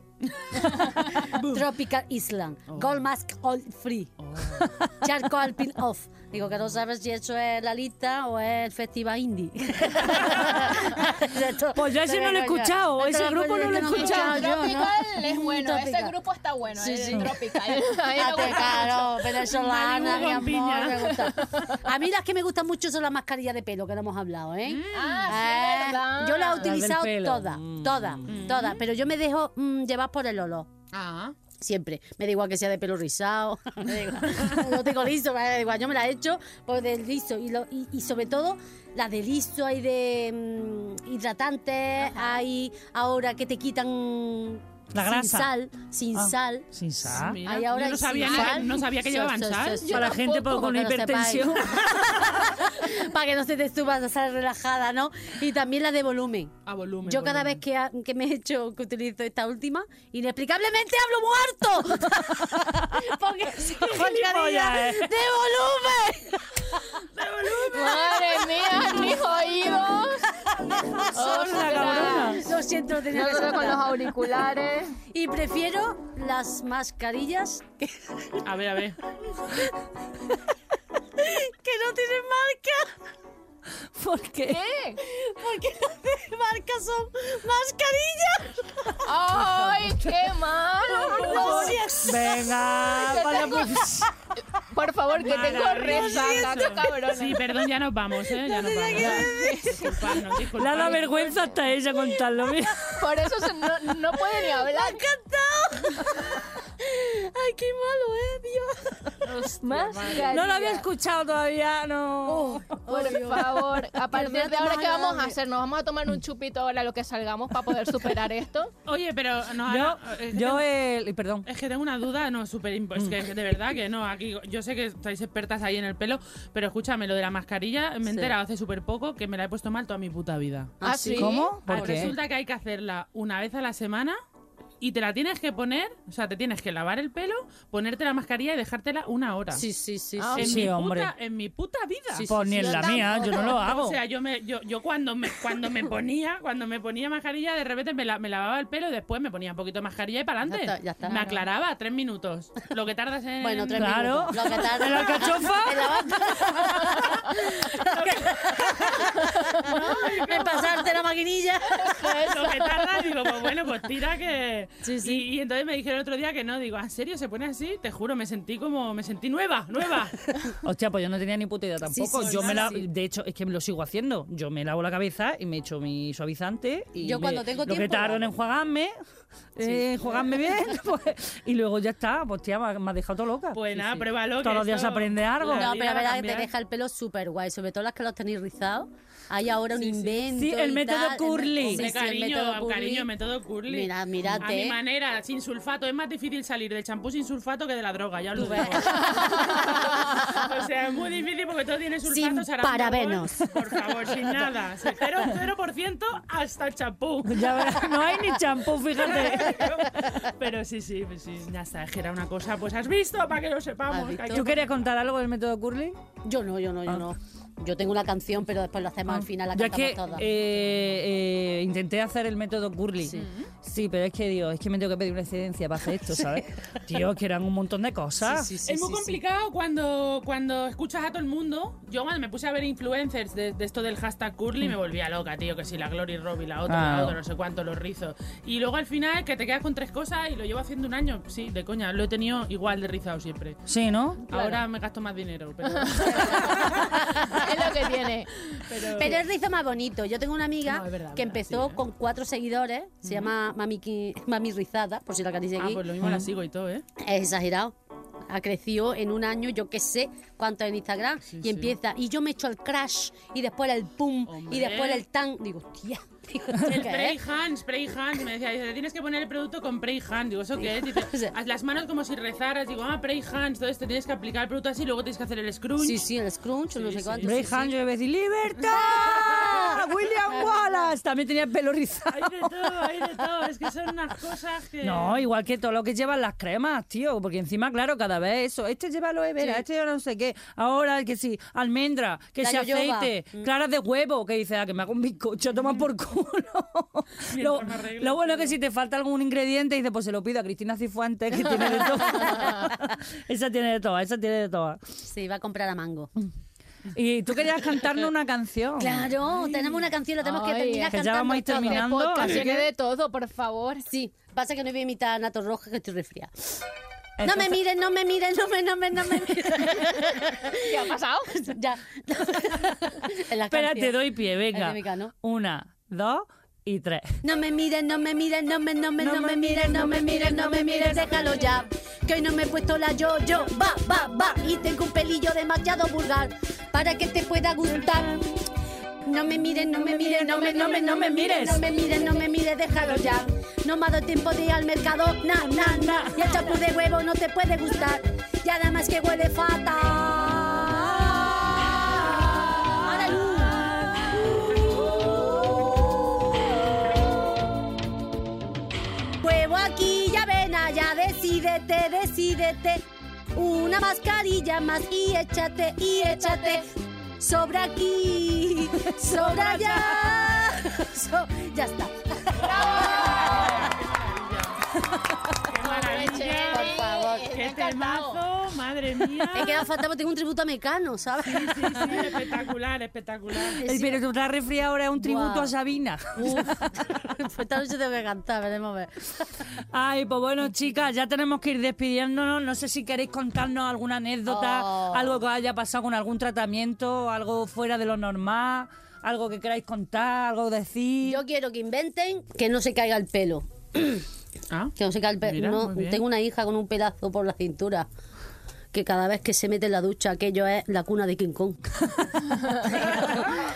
S3: Tropical Island,
S6: Oh.
S3: Gold Mask All Free, Charcoal Peel Off. Digo que no sabes si eso es la lista o es el Festival Indie. Esto-
S6: Pues yo ese no lo he escuchado,
S3: Esto
S6: ese
S3: lo-
S6: grupo no lo he
S3: yo
S6: escuchado.
S3: yo, ¿no?
S4: Tropical es bueno, ese
S3: Tropical.
S4: grupo está bueno,
S3: Sí,
S4: el
S3: sí.
S4: Tropical. A mí me
S3: Ah, te-
S4: gusta mucho.
S3: claro, venezolana,
S5: Malibu
S3: mi
S5: con
S3: amor,
S5: piña.
S3: me gusta. A mí las que me gustan mucho son las mascarillas de pelo, que no hemos hablado, ¿eh?
S4: Ah, sí,
S3: Eh,
S4: ¿verdad?
S3: yo las he
S6: Mm. del
S3: utilizado
S6: pelo. Mm.
S3: todas, todas, todas, pero yo me dejo mm, llevar por el olor.
S5: Ah.
S3: Siempre. Me da igual que sea de pelo rizado. me da igual. No tengo liso, me da igual. Yo me la he hecho por del liso. Y, lo- y, y sobre todo, las de liso hay de mm, hidratantes, hay ahora que te quitan
S6: La grasa.
S3: sin sal, sin
S6: Ah.
S3: sal.
S6: Sin sa-
S5: Mira,
S3: Hay ahora
S5: yo no
S3: sin
S5: sabía, ni que,
S3: sal.
S5: no sabía que
S3: Sí,
S5: llevaban
S3: sí, sí,
S5: sal.
S3: sí.
S6: Para la gente
S4: tampoco,
S6: con
S3: para que lo
S6: hipertensión.
S3: Para que no se te suba a sal relajada, ¿no? Y también la de volumen.
S5: A volumen.
S3: Yo cada vez
S5: volumen.
S3: que, ha- que me he hecho, que utilizo esta última, inexplicablemente hablo muerto. Porque soy gilipollas
S6: eh.
S3: de volumen.
S4: Madre mía, mis oídos.
S6: Hola,
S4: Ostras.
S6: cabrona.
S3: Lo siento, tenía que
S4: Nosotros con los
S3: soltar.
S4: auriculares.
S3: Y prefiero las mascarillas
S5: A ver, a ver.
S3: que no tienen marca.
S6: ¿Por qué?
S4: ¿Qué?
S3: Porque no tienen marca son mascarillas.
S4: ¡Ay, qué malo!
S3: Lo siento.
S6: Venga, vaya pues.
S4: Por favor, que tengo resaca,
S5: Eso.
S4: cabrón.
S5: Sí, perdón, ya nos vamos, ¿eh? Ya nos vamos. Disculpadnos,
S6: Le da
S5: disculpadnos.
S6: vergüenza hasta ella contarlo, mira.
S4: Por eso se- no, no puede ni hablar.
S3: Ay, qué malo, eh, Dios.
S4: Más
S6: No lo había escuchado todavía, no.
S4: Por favor, a partir
S3: Perdón,
S4: de ahora,
S3: más
S4: ¿qué vamos a
S3: grande.
S4: hacer? ¿Nos vamos a tomar un chupito ahora lo que salgamos para poder superar esto?
S5: Oye, pero no,
S6: Yo,
S5: Ana, eh, es que
S6: yo, el. Perdón.
S5: Es que tengo una duda, no, súper impo- es que de verdad que no, aquí yo sé que estáis expertas ahí en el pelo, pero escúchame, lo de la mascarilla me he enterado hace súper poco que me la he puesto mal toda mi puta vida.
S4: ¿Ah, sí?
S6: ¿Cómo? ¿Por
S5: Ah,
S6: qué?
S5: Resulta que hay que hacerla una vez a la semana y te la tienes que poner, o sea, te tienes que lavar el pelo, ponerte la mascarilla y dejártela una hora.
S3: Sí, sí, sí.
S4: Ah,
S5: en
S6: sí,
S5: mi puta-
S6: hombre.
S5: en mi puta vida.
S6: Pues ni en la mía, yo no lo hago.
S5: O sea, yo me, yo, yo cuando me, cuando me ponía, cuando me ponía mascarilla, de repente me, la- me lavaba el pelo y después me ponía un poquito de mascarilla y para adelante.
S3: Ya está, ya está.
S5: me aclaraba tres minutos. Lo que tardas en
S3: Bueno, tres
S6: Claro.
S3: minutos. Lo que tarda-
S6: ¿En la alcachofa?
S3: En la- En pasarte la maquinilla.
S5: lo que tardas, digo, pues bueno, pues tira que, ¿sabes?
S3: Sí, sí.
S5: Y, y entonces me dijeron el otro día que no, digo, ¿en serio se pone así? Te juro, me sentí como, me sentí nueva, nueva.
S2: Hostia, pues yo no tenía ni puta idea tampoco.
S3: sí,
S2: yo
S3: sí,
S2: me la,
S3: sí.
S2: De hecho, es que lo sigo haciendo. Yo me lavo la cabeza y me echo mi suavizante. Y
S3: Yo
S2: me-
S3: cuando tengo
S2: lo que
S3: tiempo,
S2: tardo en
S3: lo hago.
S2: enjuagarme, eh, enjuagarme bien, pues, y luego ya está. Pues tía, me, ha- me ha dejado todo loca.
S5: Pues
S2: Sí,
S5: nada,
S2: sí.
S5: pruébalo. que
S2: Todos los días
S5: eso-
S2: se aprende algo.
S5: la
S3: No,
S5: vida
S3: pero la
S5: va a
S3: verdad que te
S5: cambiar.
S3: deja el pelo súper guay, sobre todo las que los tenéis rizados. Hay ahora un invento.
S2: Sí, el
S3: y
S2: método
S3: tal, me-
S2: curly.
S5: Hombre,
S3: sí, sí, el
S5: cariño,
S3: método curly.
S5: cariño, método curly.
S3: Mira,
S5: A mi
S3: mírate.
S5: manera, sin sulfato. Es más difícil salir del champú sin sulfato que de la droga, ya os lo digo. o sea, es muy difícil porque todo tiene sulfato.
S3: Sin
S5: sarandón,
S3: parabenos.
S5: Por favor, sin nada. Sí, Cero, 0% hasta el champú.
S2: Ya verás, no hay ni champú, fíjate.
S5: Pero sí, sí, pues sí, ya está, es que era una cosa. Pues has visto, para que lo
S3: ¿Has
S5: sepamos. que hay
S3: visto?
S2: ¿Tú querías contar algo del método Curly?
S3: Yo no, yo no,
S5: Ah.
S3: yo no. Yo tengo una canción, pero después lo hacemos al final, la
S2: Yo es
S3: cantamos
S2: que
S3: todas.
S2: eh, eh, intenté hacer el método Curly. Sí. pero es que digo, es que me tengo que pedir una excedencia para hacer esto, ¿sabes? Tío, que eran un montón de cosas.
S3: Sí, sí,
S5: es muy
S3: sí, sí.
S5: complicado cuando, cuando escuchas a todo el mundo. Yo cuando me puse a ver influencers de, de esto del hashtag curly me volvía loca, tío. Que si la Glory Robbie, la otra,
S2: Ah.
S5: la otra, no sé cuánto, los rizos. Y luego al final que te quedas con tres cosas y lo llevo haciendo un año. Sí, de coña, lo he tenido igual de rizado siempre.
S2: Sí, ¿no?
S5: Ahora me gasto más dinero, pero...
S4: Ah, es lo que tiene.
S3: Pero el rizo más bonito. Yo tengo una amiga
S5: No, es verdad,
S3: que
S5: verdad,
S3: empezó
S5: sí, ¿eh?
S3: con cuatro seguidores, se llama Mami, Qui- Mami Rizada, por si la queréis
S5: ah,
S3: seguir.
S5: pues lo mismo la sigo y todo, ¿eh?
S3: Es exagerado. Ha crecido en un año, yo qué sé cuánto en Instagram, y
S5: sí.
S3: empieza, y yo me echo el crash, y después el pum,
S5: Hombre.
S3: y después el tan. Digo, tía, digo,
S5: El
S3: ¿qué
S5: spray
S3: es?
S5: hand, spray hand, me decía, dice, te tienes que poner el producto con spray hand. Digo, ¿eso qué es? Dice,
S3: O sea-
S5: haz las manos como si rezaras. Digo, ah, spray hand, entonces te tienes que aplicar el producto así, luego tienes que hacer el scrunch.
S3: Sí, sí, el scrunch, no
S5: Sí,
S3: sé
S5: sí.
S3: cuánto.
S2: Ray
S3: sí, sí.
S2: Hand, yo iba a decir ¡Libertad! ¡William Wallace! También tenía el pelo
S5: Hay
S2: rizado.
S5: de todo, hay de todo. Es que son unas cosas que.
S2: No, igual que todo lo que llevan las cremas, tío. Porque encima, claro, cada vez eso. Este lleva aloe vera, este lleva no sé qué. Ahora, que sí, almendra, que
S3: La
S2: se
S3: yoyoba. Mm.
S2: aceite, claras de huevo. Que dices, ah, que me hago un bizcocho, toma por culo. lo,
S5: me arreglo,
S2: lo bueno es que si te falta algún ingrediente, dices, pues se lo pido a Cristina Cifuentes, que tiene de todo. esa tiene de todo, esa tiene de todo.
S3: Se iba a comprar a Mango.
S2: Y tú querías cantarnos una canción.
S3: Claro, tenemos una canción, la tenemos que
S4: Ay,
S3: terminar
S4: es
S2: que ya
S3: cantando
S2: vamos a ir
S3: todos.
S2: terminando.
S4: Este
S2: Fernando,
S4: podcast
S2: así
S4: tiene
S2: que-
S4: de todo, por favor.
S3: Sí, pasa que no voy a imitar a Nato Roja, que estoy resfriada. No
S2: Entonces-
S3: me miren, no me miren, no me, no me, no me miren.
S4: ¿Qué ha pasado?
S3: ya. En la
S2: Espérate,
S3: canción.
S2: doy pie, venga.
S3: Ay, venga, ¿no?
S2: Una, dos y tres.
S3: No me miren, no me miren, no me, no me, no, me miren, no me miren, no me miren, déjalo ya. Que hoy no me he puesto la yo, yo, va, va, va. Y tengo un pelillo demasiado vulgar para que te pueda gustar. No me miren, no me miren, no me, no me, no me mires. No me miren, no me mires, déjalo ya. No me ha dado tiempo de ir al mercado, na, na, na. Y el chapu de huevo no te puede gustar. Y además que huele fatal. Ahora, Huevo aquí, ya ven allá, decídete, decídete. Una mascarilla más y échate, y échate. Sobra aquí, sobra allá. So- ya está.
S5: ¡Qué maravilla!
S4: Por favor.
S5: ¡Qué temazo! ¡Madre mía!
S3: He quedado fatal porque tengo un tributo a Mecano, ¿sabes?
S5: Sí, sí, espectacular, espectacular.
S2: Ey, Pero tú estás resfriada ahora es un tributo
S3: Buah.
S2: a Sabina.
S3: Pues esta noche tengo que cantar, veremos a ver.
S2: Ay, pues bueno, chicas, ya tenemos que ir despidiéndonos. No sé si queréis contarnos alguna anécdota,
S3: Oh.
S2: algo que haya pasado con algún tratamiento, algo fuera de lo normal, algo que queráis contar, algo decir.
S3: Yo quiero que inventen que no se caiga el pelo.
S5: Ah,
S3: Que no se caiga el pelo.
S5: Mira,
S3: No,
S5: muy bien.
S3: tengo una hija con un pedazo por la cintura. Que cada vez que se mete en la ducha, aquello es la cuna de King Kong.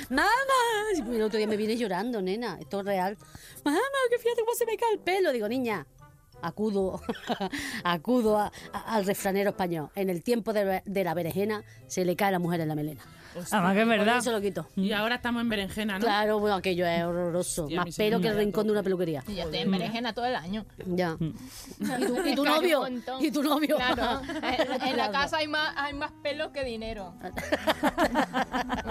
S3: ¡Mamá! pues, El otro día me viene llorando, nena. Esto es real. ¡Mamá, que fíjate cómo se me cae el pelo! Digo, niña, acudo, acudo a- a- al refranero español. En el tiempo de, de la berenjena se le cae a la mujer en la melena.
S2: Además que es
S3: Por
S2: verdad.
S3: eso lo quito.
S5: y ahora estamos en berenjena, Ah, ¿no?
S3: Claro, bueno, aquello es horroroso.
S5: Hostia, a mí
S3: Más
S5: se
S3: pelo
S5: me
S3: que el
S5: cae
S3: rincón de una peluquería.
S4: Yo estoy en berenjena todo el año.
S3: Ya. ¿Y tu, y tu
S4: Cae un
S3: novio?
S4: montón.
S3: ¿Y tu novio?
S4: Claro. En, en la
S3: Claro.
S4: casa hay más, hay más pelos que dinero.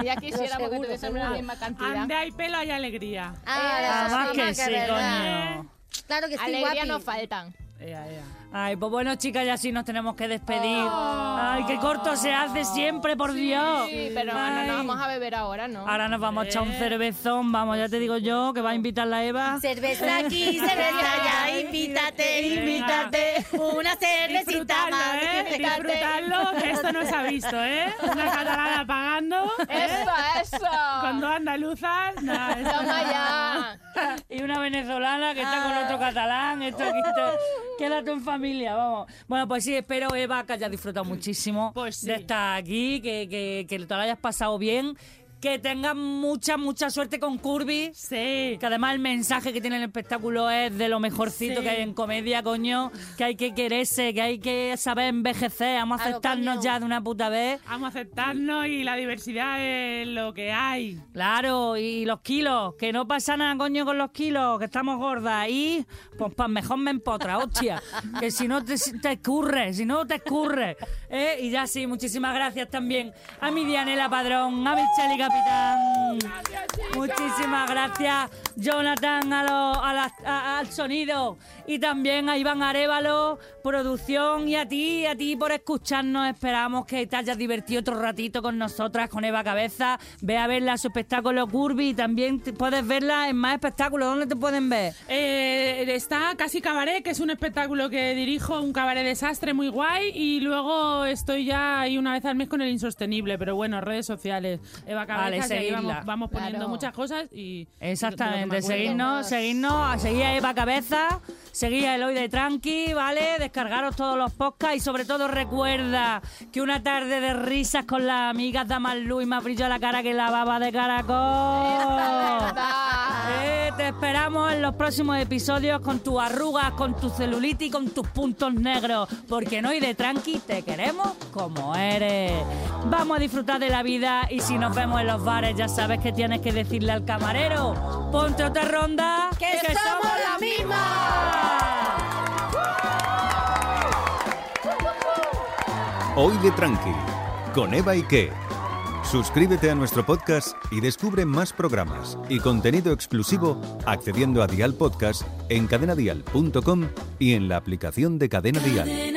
S4: Ya quisiéramos que
S3: seguro,
S4: tuviésemos
S3: seguro.
S4: la misma cantidad.
S5: Ande hay pelo, hay alegría.
S3: Ah,
S2: Además
S3: eso sí,
S2: que
S3: mamá,
S2: sí,
S3: verdad.
S2: coño.
S3: Claro que sí,
S4: Alegría
S3: guapi.
S4: no faltan.
S5: Ea, ea.
S2: Ay, pues bueno, chicas, ya sí nos tenemos que despedir. Ay, Ay, qué corto se hace siempre, por Dios.
S4: Sí, pero no
S2: Oh. Ay. Ah.
S4: nos vamos a beber ahora, ¿no?
S2: Ahora nos vamos a echar un cervezón, vamos, ya te digo yo, que va a invitar la Eva.
S3: Cerveza aquí, cerveza allá, invítate, invítate. Una cervecita
S5: Disfrutarlo,
S3: más.
S5: ¿eh?
S3: que te cante.
S5: Disfrutarlo, que esto no se ha visto, ¿eh? Una catalana pagando. ¿eh?
S4: ¡Eso, eso!
S5: Con dos andaluzas. nada, esto
S4: ¡Toma ya!
S2: Y una venezolana que está con otro catalán, esto aquí está. Quédate en familia, vamos. Bueno, pues sí, espero, Eva, que hayas disfrutado muchísimo
S5: Pues sí.
S2: de estar aquí, que, que, que te lo hayas pasado bien, que tengas mucha, mucha suerte con Curvy.
S5: Sí.
S2: Que además el mensaje que tiene el espectáculo es de lo mejorcito
S5: Sí.
S2: que hay en comedia, coño. Que hay que quererse, que hay que saber envejecer. Vamos a
S3: Claro,
S2: aceptarnos
S3: coño.
S2: ya de una puta vez.
S5: Vamos a aceptarnos y la diversidad es lo que hay.
S2: Claro, y los kilos, que no pasa nada, coño, con los kilos, que estamos gordas. Y, pues, pa- mejor me empotra, hostia. Que si no te, te escurre, si no te escurre. ¿eh? Y ya sí, muchísimas gracias también a mi Dianela Padrón, a mi Cheli Capitán. Muchísimas gracias, Jonathan, a lo- a las- a- al sonido. Y también a Iván Arevalo, producción, y a ti, a ti por escucharnos. Esperamos que te hayas divertido otro ratito con nosotras, con Eva Cabeza. Ve a verla a su espectáculo Curvy y también te- puedes verla en más espectáculos. ¿Dónde te pueden ver?
S5: Eh, está Casi Cabaret, que es un espectáculo que dirijo, un cabaret desastre muy guay. Y luego estoy ya ahí una vez al mes con el Insostenible. Pero bueno, redes sociales. Eva Cabezas,
S2: Vale,
S5: y ahí
S2: seguidla.
S5: vamos, vamos poniendo
S4: Claro.
S5: muchas cosas. y de
S2: Exactamente,
S5: lo que me acuerdo.
S2: seguidnos, seguidnos, a- seguid a Eva Cabeza, seguid a Eloy de Tranqui, ¿vale? Descargaros todos los podcasts y sobre todo recuerda que una tarde de risas con las amigas da más luz y más brillo a la cara que la baba de caracol. Eh, te esperamos en los próximos episodios con tus arrugas, con tu celulitis y con tus puntos negros, porque en hoy de tranqui te queremos como eres. Vamos a disfrutar de la vida y si nos vemos en los bares ya sabes que tienes que decirle al camarero, ponte otra ronda,
S3: ¡Que somos la
S2: misma.
S1: Hoy de Tranqui, con Eva Ike. Suscríbete a nuestro podcast y descubre más programas y contenido exclusivo accediendo a Dial Podcast en cadenadial.com y en la aplicación de Cadena Dial.